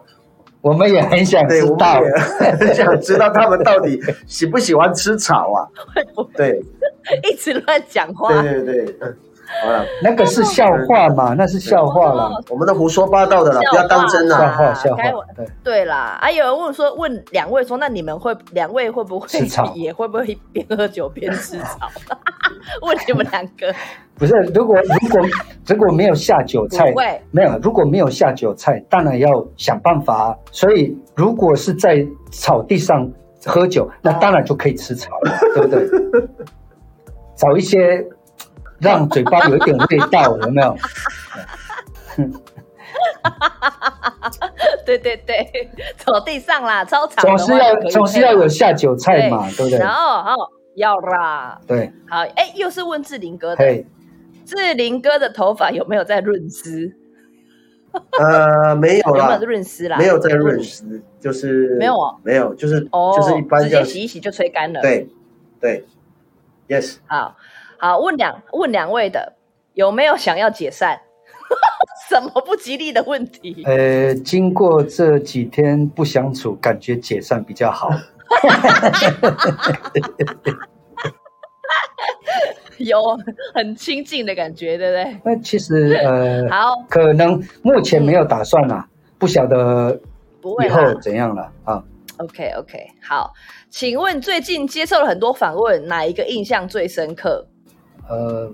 Speaker 2: 我们也很想
Speaker 3: 对，
Speaker 2: 知
Speaker 3: 我
Speaker 2: 道
Speaker 3: 们。也很 想知道他们到底喜不喜欢吃草啊？对
Speaker 1: 一直乱讲话，
Speaker 3: 对对对，嗯好了，
Speaker 2: 那个是笑话嘛？那是笑话啦，
Speaker 3: 我们都胡说八道的了，不要当真
Speaker 1: 哦
Speaker 2: 笑
Speaker 3: 了。
Speaker 2: 话，笑
Speaker 1: 该
Speaker 2: 话
Speaker 1: 我。
Speaker 2: 对，
Speaker 1: 对啦。啊，有人问说，问两位说，那你们会两位会不会
Speaker 2: 吃草
Speaker 1: 也会不会边喝酒边吃草？ 问你们两个，
Speaker 2: 不是，如果如果如果没有下酒菜
Speaker 1: 不会，
Speaker 2: 没有，如果没有下酒菜，当然要想办法啊。所以，如果是在草地上喝酒，那当然就可以吃草了，对不对？找一些让嘴巴有一点味道，有没 有？
Speaker 1: 对对对，走地上啦，操场的话
Speaker 2: 总是要
Speaker 1: 就可以
Speaker 2: 总是
Speaker 1: 配
Speaker 2: 要
Speaker 1: 嘛
Speaker 2: 有下酒菜嘛，对不对？
Speaker 1: 然后好要啦，
Speaker 2: 对，
Speaker 1: 好，哎，又是问志玲哥的，
Speaker 2: 嘿，
Speaker 1: 志玲哥的头发有没有在润丝？
Speaker 3: 呃，没有
Speaker 1: 有没
Speaker 3: 啦
Speaker 1: 有，润丝啦？
Speaker 3: 没有在润湿，就是
Speaker 1: 没有哦
Speaker 3: 没有，就是
Speaker 1: 哦，
Speaker 3: 就是一般
Speaker 1: 直接
Speaker 3: 这样，
Speaker 1: 洗一洗就吹干了。，
Speaker 3: 对对，yes，
Speaker 1: 好好问两问两位的有没有想要解散？ 什么不吉利的问题？
Speaker 3: 哎
Speaker 2: 呃，经过这几天不相处，感觉解散比较好。
Speaker 1: 有很亲近的感觉，对不对？
Speaker 2: 那其实呃，
Speaker 1: 好，
Speaker 2: 可能目前没有打算啦，不晓得
Speaker 1: 不会
Speaker 2: 以
Speaker 1: 啦
Speaker 2: 后怎样了啊。
Speaker 1: OK OK，好，请问最近接受了很多访问，哪一个印象最深刻？
Speaker 2: 呃，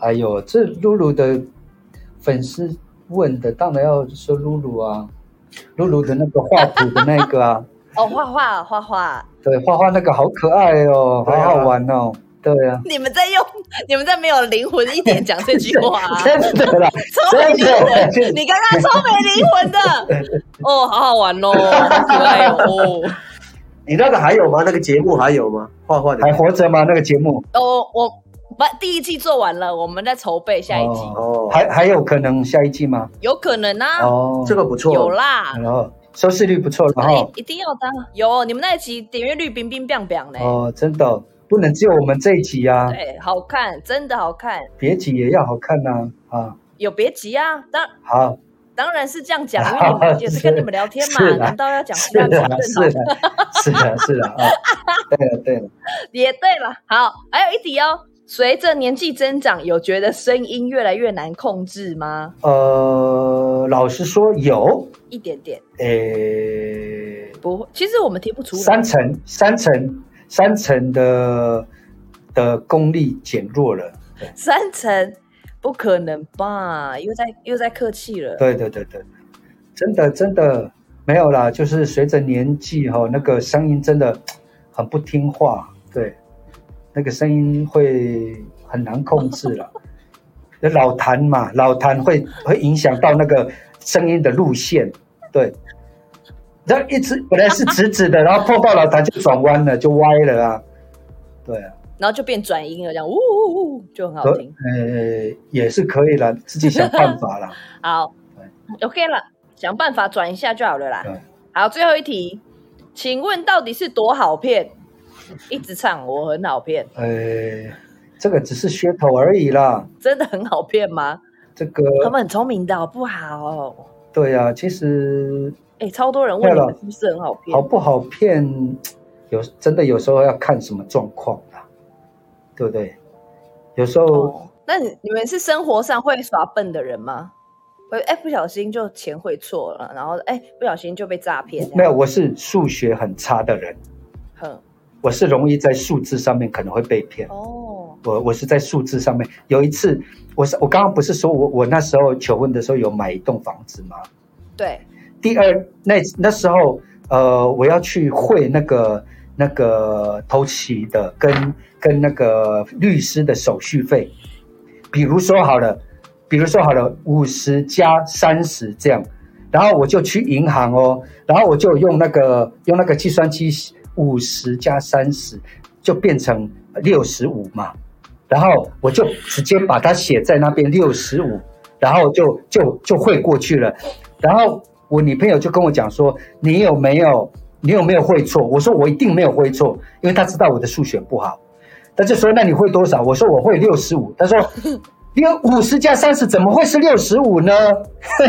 Speaker 2: 哎呦，这露露的粉丝问的，当然要说露露啊，露露的那个画图的那个啊，
Speaker 1: 哦，画画画画，
Speaker 2: 对，画画那个好可爱哦，好
Speaker 3: 对啊
Speaker 2: 好玩哦，对啊，，
Speaker 1: 你们在用，你们在没有灵魂一点讲这句话、啊
Speaker 2: 真的啦，
Speaker 1: 超没
Speaker 2: 真
Speaker 1: 灵魂，
Speaker 2: 的，
Speaker 1: 你刚刚超没灵魂 的。哦，好好玩哦，好可爱哦。
Speaker 3: 你那个还有吗？那个节目还有吗？画画的
Speaker 2: 还活着吗？那个节目
Speaker 1: 哦，我把第一季做完了，我们在筹备下一季，
Speaker 2: 哦还还有可能下一季吗？
Speaker 1: 有可能啊，
Speaker 2: 哦，
Speaker 3: 这个不错，
Speaker 1: 有啦。
Speaker 2: 然后收视率不错了哦
Speaker 1: 那
Speaker 2: 哈，
Speaker 1: 一一定要当有你们那一集点阅率冰冰冰冰嘞，
Speaker 2: 哦，真的哦不能只有我们这一集啊，
Speaker 1: 对，好看，真的好看。
Speaker 2: 别集也要好看呐啊，
Speaker 1: 有别急啊，当
Speaker 2: 好。
Speaker 1: 当然是这样讲，因为我们也是跟你们聊天嘛
Speaker 2: 是，啦
Speaker 1: 难道要讲其
Speaker 2: 是
Speaker 1: 他
Speaker 2: 的，
Speaker 1: 的
Speaker 2: 是
Speaker 1: 吗？
Speaker 2: 的，
Speaker 1: 正好
Speaker 2: 是的，是的啊！对了，对了，
Speaker 1: 也对了。好，还有一题哦，随着年纪增长，有觉得声音越来越难控制吗？
Speaker 2: 呃，老实说有，
Speaker 1: 一点点，
Speaker 2: 诶，
Speaker 1: 不会，其实我们听不出来
Speaker 2: 三。层、三层、三层的的功力减弱了。
Speaker 1: 三层，不可能吧？又在又在客气了。
Speaker 2: 对对对对，真的真的没有啦，就是随着年纪哈、那个声音真的很不听话，对，那个声音会很难控制了。老痰嘛，老痰会会影响到那个声音的路线，对。然后一直本来是直直的，然后碰到老痰就转弯了，就歪了啊，对啊。
Speaker 1: 然后就变转音了，这样呜呜呜，就很好听。
Speaker 2: 呃，也是可以啦，自己想办法啦。
Speaker 1: 好，OK 了，想办法转一下就好了啦。
Speaker 2: 对
Speaker 1: 好，最后一题，请问到底是多好骗？一直唱我很好骗，
Speaker 2: 呃，这个只是噱头而已啦。
Speaker 1: 真的很好骗吗？
Speaker 2: 这个
Speaker 1: 他们很聪明的，好不好？
Speaker 2: 对啊，其实
Speaker 1: 哎，超多人问你
Speaker 2: 对了
Speaker 1: 们是不是很好骗
Speaker 2: 好？不好骗，有真的有时候要看什么状况啦，对不对？有时候
Speaker 1: 哦，那你你们是生活上会耍笨的人吗？会哎，不小心就钱汇错了，然后哎，不小心就被诈骗。
Speaker 2: 没有，，我是数学很差的人，
Speaker 1: 哼，
Speaker 2: 我是容易在数字上面可能会被骗。
Speaker 1: 哦，
Speaker 2: 我我是在数字上面有一次，我是我刚刚不是说我我那时候求婚的时候有买一栋房子吗？
Speaker 1: 对，
Speaker 2: 第二，那那时候呃，我要去会那个那个头期的跟跟那个律师的手续费，比如说好了，比如说好了，五十加三十这样，然后我就去银行哦，然后我就用那个用那个计算机五十加三十就变成六十五嘛，然后我就直接把它写在那边六十五，然后就就就汇过去了。然后我女朋友就跟我讲说：“你有没有你有没有会错？”我说：“我一定没有会错，因为她知道我的数学不好。”她就说：“那你会多少？”我说：“我会六十五。”她说：“六五十加三十怎么会是六十五呢？”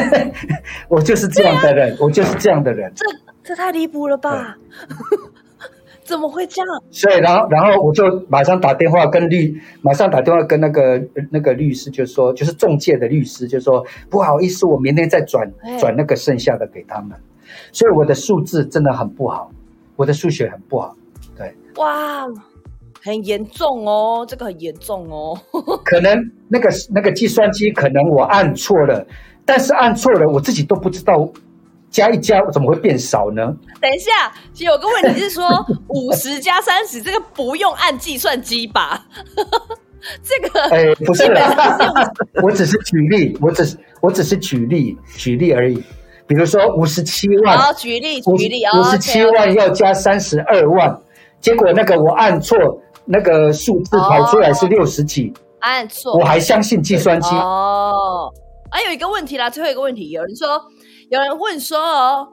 Speaker 2: 我就是这样的人，我就是这样的人。
Speaker 1: 这这太离谱了吧？ 怎么会这样？
Speaker 2: 所以，然后，然后我就马上打电话跟律，马上打电话跟那个那个律师，就说，就是中介的律师，就说不好意思，我明天再转
Speaker 1: 哎
Speaker 2: 转那个剩下的给他们。所以我的数字真的很不好，我的数学很不好，
Speaker 1: 哇，很严重哦，这个很严重哦。
Speaker 2: 可能那个那个计算机可能我按错了，但是按错了我自己都不知道，加一加怎么会变少呢？
Speaker 1: 等一下，其实有个 问题是说，五十加三十这个不用按计算机吧？ 这个
Speaker 2: 哎，不是啦，我只是举例，我只是我只是举例举例而已。比如说五十七万，
Speaker 1: 好，举例
Speaker 2: 五
Speaker 1: 举例哦，
Speaker 2: 五十七万要加三十二万，结果那个我按错那个数字跑出来是
Speaker 1: 哦
Speaker 2: 六十几，
Speaker 1: 按错，
Speaker 2: 我还相信计算机。
Speaker 1: 哦，还、有一个问题啦，最后一个问题，有人说，有人问说哦，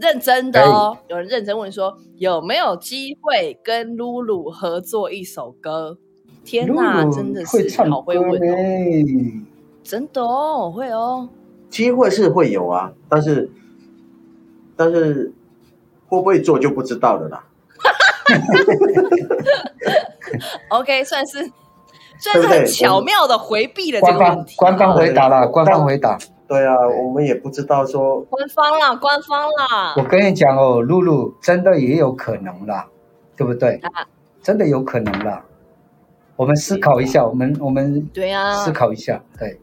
Speaker 1: 认真的哦，
Speaker 2: 哎
Speaker 1: 有人认真问说，有没有机会跟露露合作一首歌？天呐，
Speaker 2: Lulu
Speaker 1: 真的是
Speaker 2: 会唱
Speaker 1: 好会
Speaker 2: 歌
Speaker 1: 问哦，
Speaker 2: 呢
Speaker 1: 真的哦，会哦，
Speaker 3: 机会是会有啊，但是但是会不会做就不知道了啦。
Speaker 1: OK，算 是算是
Speaker 3: 对不
Speaker 1: 很
Speaker 3: 对
Speaker 1: 巧妙的回避了这
Speaker 2: 官
Speaker 1: 个
Speaker 2: 方
Speaker 1: 问题。哦
Speaker 2: 官方回答啦，官方回答。
Speaker 3: 对啊，
Speaker 2: 对
Speaker 3: 我们也不知道说
Speaker 1: 官方啦，官方啦
Speaker 2: 我，跟你讲哦，露露真的也有可能啦，对不对
Speaker 1: 啊？
Speaker 2: 真的有可能啦。我们思考一下，我们我们
Speaker 1: 对啊，
Speaker 2: 思考一下，对，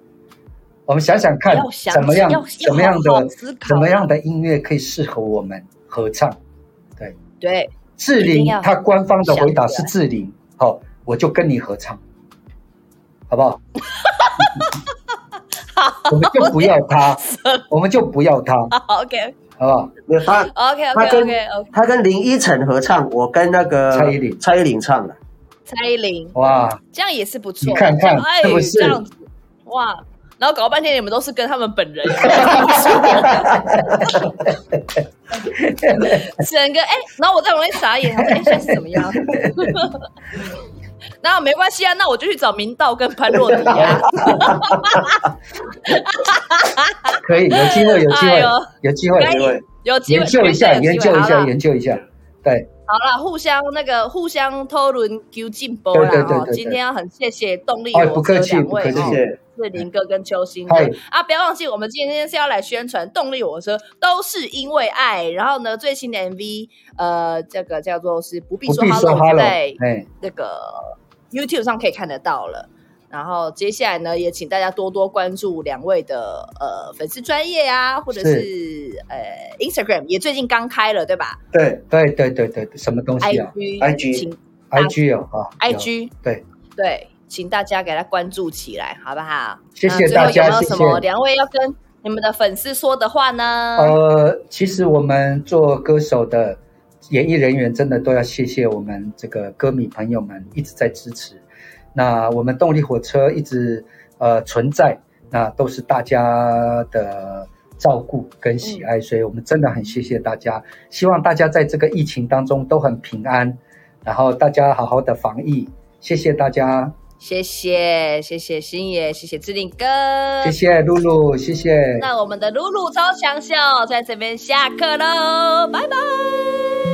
Speaker 2: 我们想想看
Speaker 1: 要想
Speaker 2: 怎么样
Speaker 1: 要要
Speaker 2: 怎么样
Speaker 1: 好好
Speaker 2: 的
Speaker 1: 思考
Speaker 2: 怎么样的音乐可以适合我们合唱。
Speaker 1: 对，
Speaker 2: 志
Speaker 1: 一定
Speaker 2: 玲
Speaker 1: 要
Speaker 2: 她官方的回答
Speaker 1: 想起
Speaker 2: 是
Speaker 1: 来
Speaker 2: 志玲，好、我就跟你合唱，好不 好？我们就不要他，我们就不要他，好
Speaker 1: 好 OK
Speaker 2: 不好？
Speaker 3: 没有他，
Speaker 1: OK
Speaker 3: 他
Speaker 1: OK
Speaker 3: 跟
Speaker 1: OK OK，
Speaker 3: 他跟林依晨合唱，我跟那个
Speaker 2: 蔡依林
Speaker 3: 蔡依林唱的。
Speaker 1: 蔡依林。
Speaker 2: 哇，
Speaker 1: 这样也是不错。
Speaker 2: 你看看
Speaker 1: 像哎，
Speaker 2: 是不是
Speaker 1: 这样子，哇！然后搞半天，你们都是跟他们本 人，整个哎、然后我在旁边傻眼，哎、现在是怎么样？ 然后没关系啊，那我就去找明道跟潘若迪 啊。
Speaker 2: 可以，有机会，有机
Speaker 1: 哎
Speaker 2: 会
Speaker 1: 呦，
Speaker 2: 有机会，
Speaker 1: 该
Speaker 3: 因为
Speaker 1: 哎有机
Speaker 2: 研
Speaker 1: 会
Speaker 2: 究一下，研究一
Speaker 1: 好
Speaker 2: 下，
Speaker 1: 啦
Speaker 2: 研究一下，对，
Speaker 1: 好啦，互相那个互相讨论求进步
Speaker 2: 对
Speaker 1: 啦
Speaker 2: 对对
Speaker 1: 哈。
Speaker 2: 对对
Speaker 1: 今天要很谢谢动力
Speaker 2: 哎
Speaker 1: 火
Speaker 2: 不
Speaker 1: 车
Speaker 2: 客气
Speaker 1: 两
Speaker 2: 不客
Speaker 1: 位哦
Speaker 2: 气
Speaker 3: 谢
Speaker 1: 哈。
Speaker 3: 谢，
Speaker 1: 是林哥跟秋兴哥
Speaker 2: 嗨
Speaker 1: 啊！不要忘记，我们今天是要来宣传动力火车，都是因为爱。然后呢，最新的 MV，呃，这个叫做是不必
Speaker 2: 不
Speaker 1: 说
Speaker 2: 必说
Speaker 1: hello，
Speaker 2: hello，
Speaker 1: 在
Speaker 2: 哎，
Speaker 1: 那个 YouTube 上可以看得到了。然后接下来呢，也请大家多多关注两位的呃粉丝专业啊，或者是呃 Instagram，也最近刚开了对吧
Speaker 3: 对
Speaker 2: 对对对对，对什么东西啊
Speaker 1: ？IG
Speaker 3: IG
Speaker 1: 请啊
Speaker 2: ？IG 有啊有
Speaker 1: IG
Speaker 2: 对
Speaker 1: 对，请大家给他关注起来，好不好？
Speaker 2: 谢谢
Speaker 1: 那最
Speaker 2: 大
Speaker 1: 后
Speaker 2: 家
Speaker 1: 有没有
Speaker 2: 谢
Speaker 1: 什么
Speaker 2: 谢
Speaker 1: 两位要跟你们的粉丝说的话呢？
Speaker 2: 呃，其实我们做歌手的演艺人员，真的都要谢谢我们这个歌迷朋友们一直在支持。那我们动力火车一直呃存在，那都是大家的照顾跟喜爱，所以我们真的很谢谢大家。希望大家在这个疫情当中都很平安，然后大家好好的防疫。谢谢大家，
Speaker 1: 谢谢，谢谢星爷，谢谢志玲哥，
Speaker 2: 谢。谢露露，谢谢。
Speaker 1: 那我们的露露超强秀在这边下课喽，拜拜。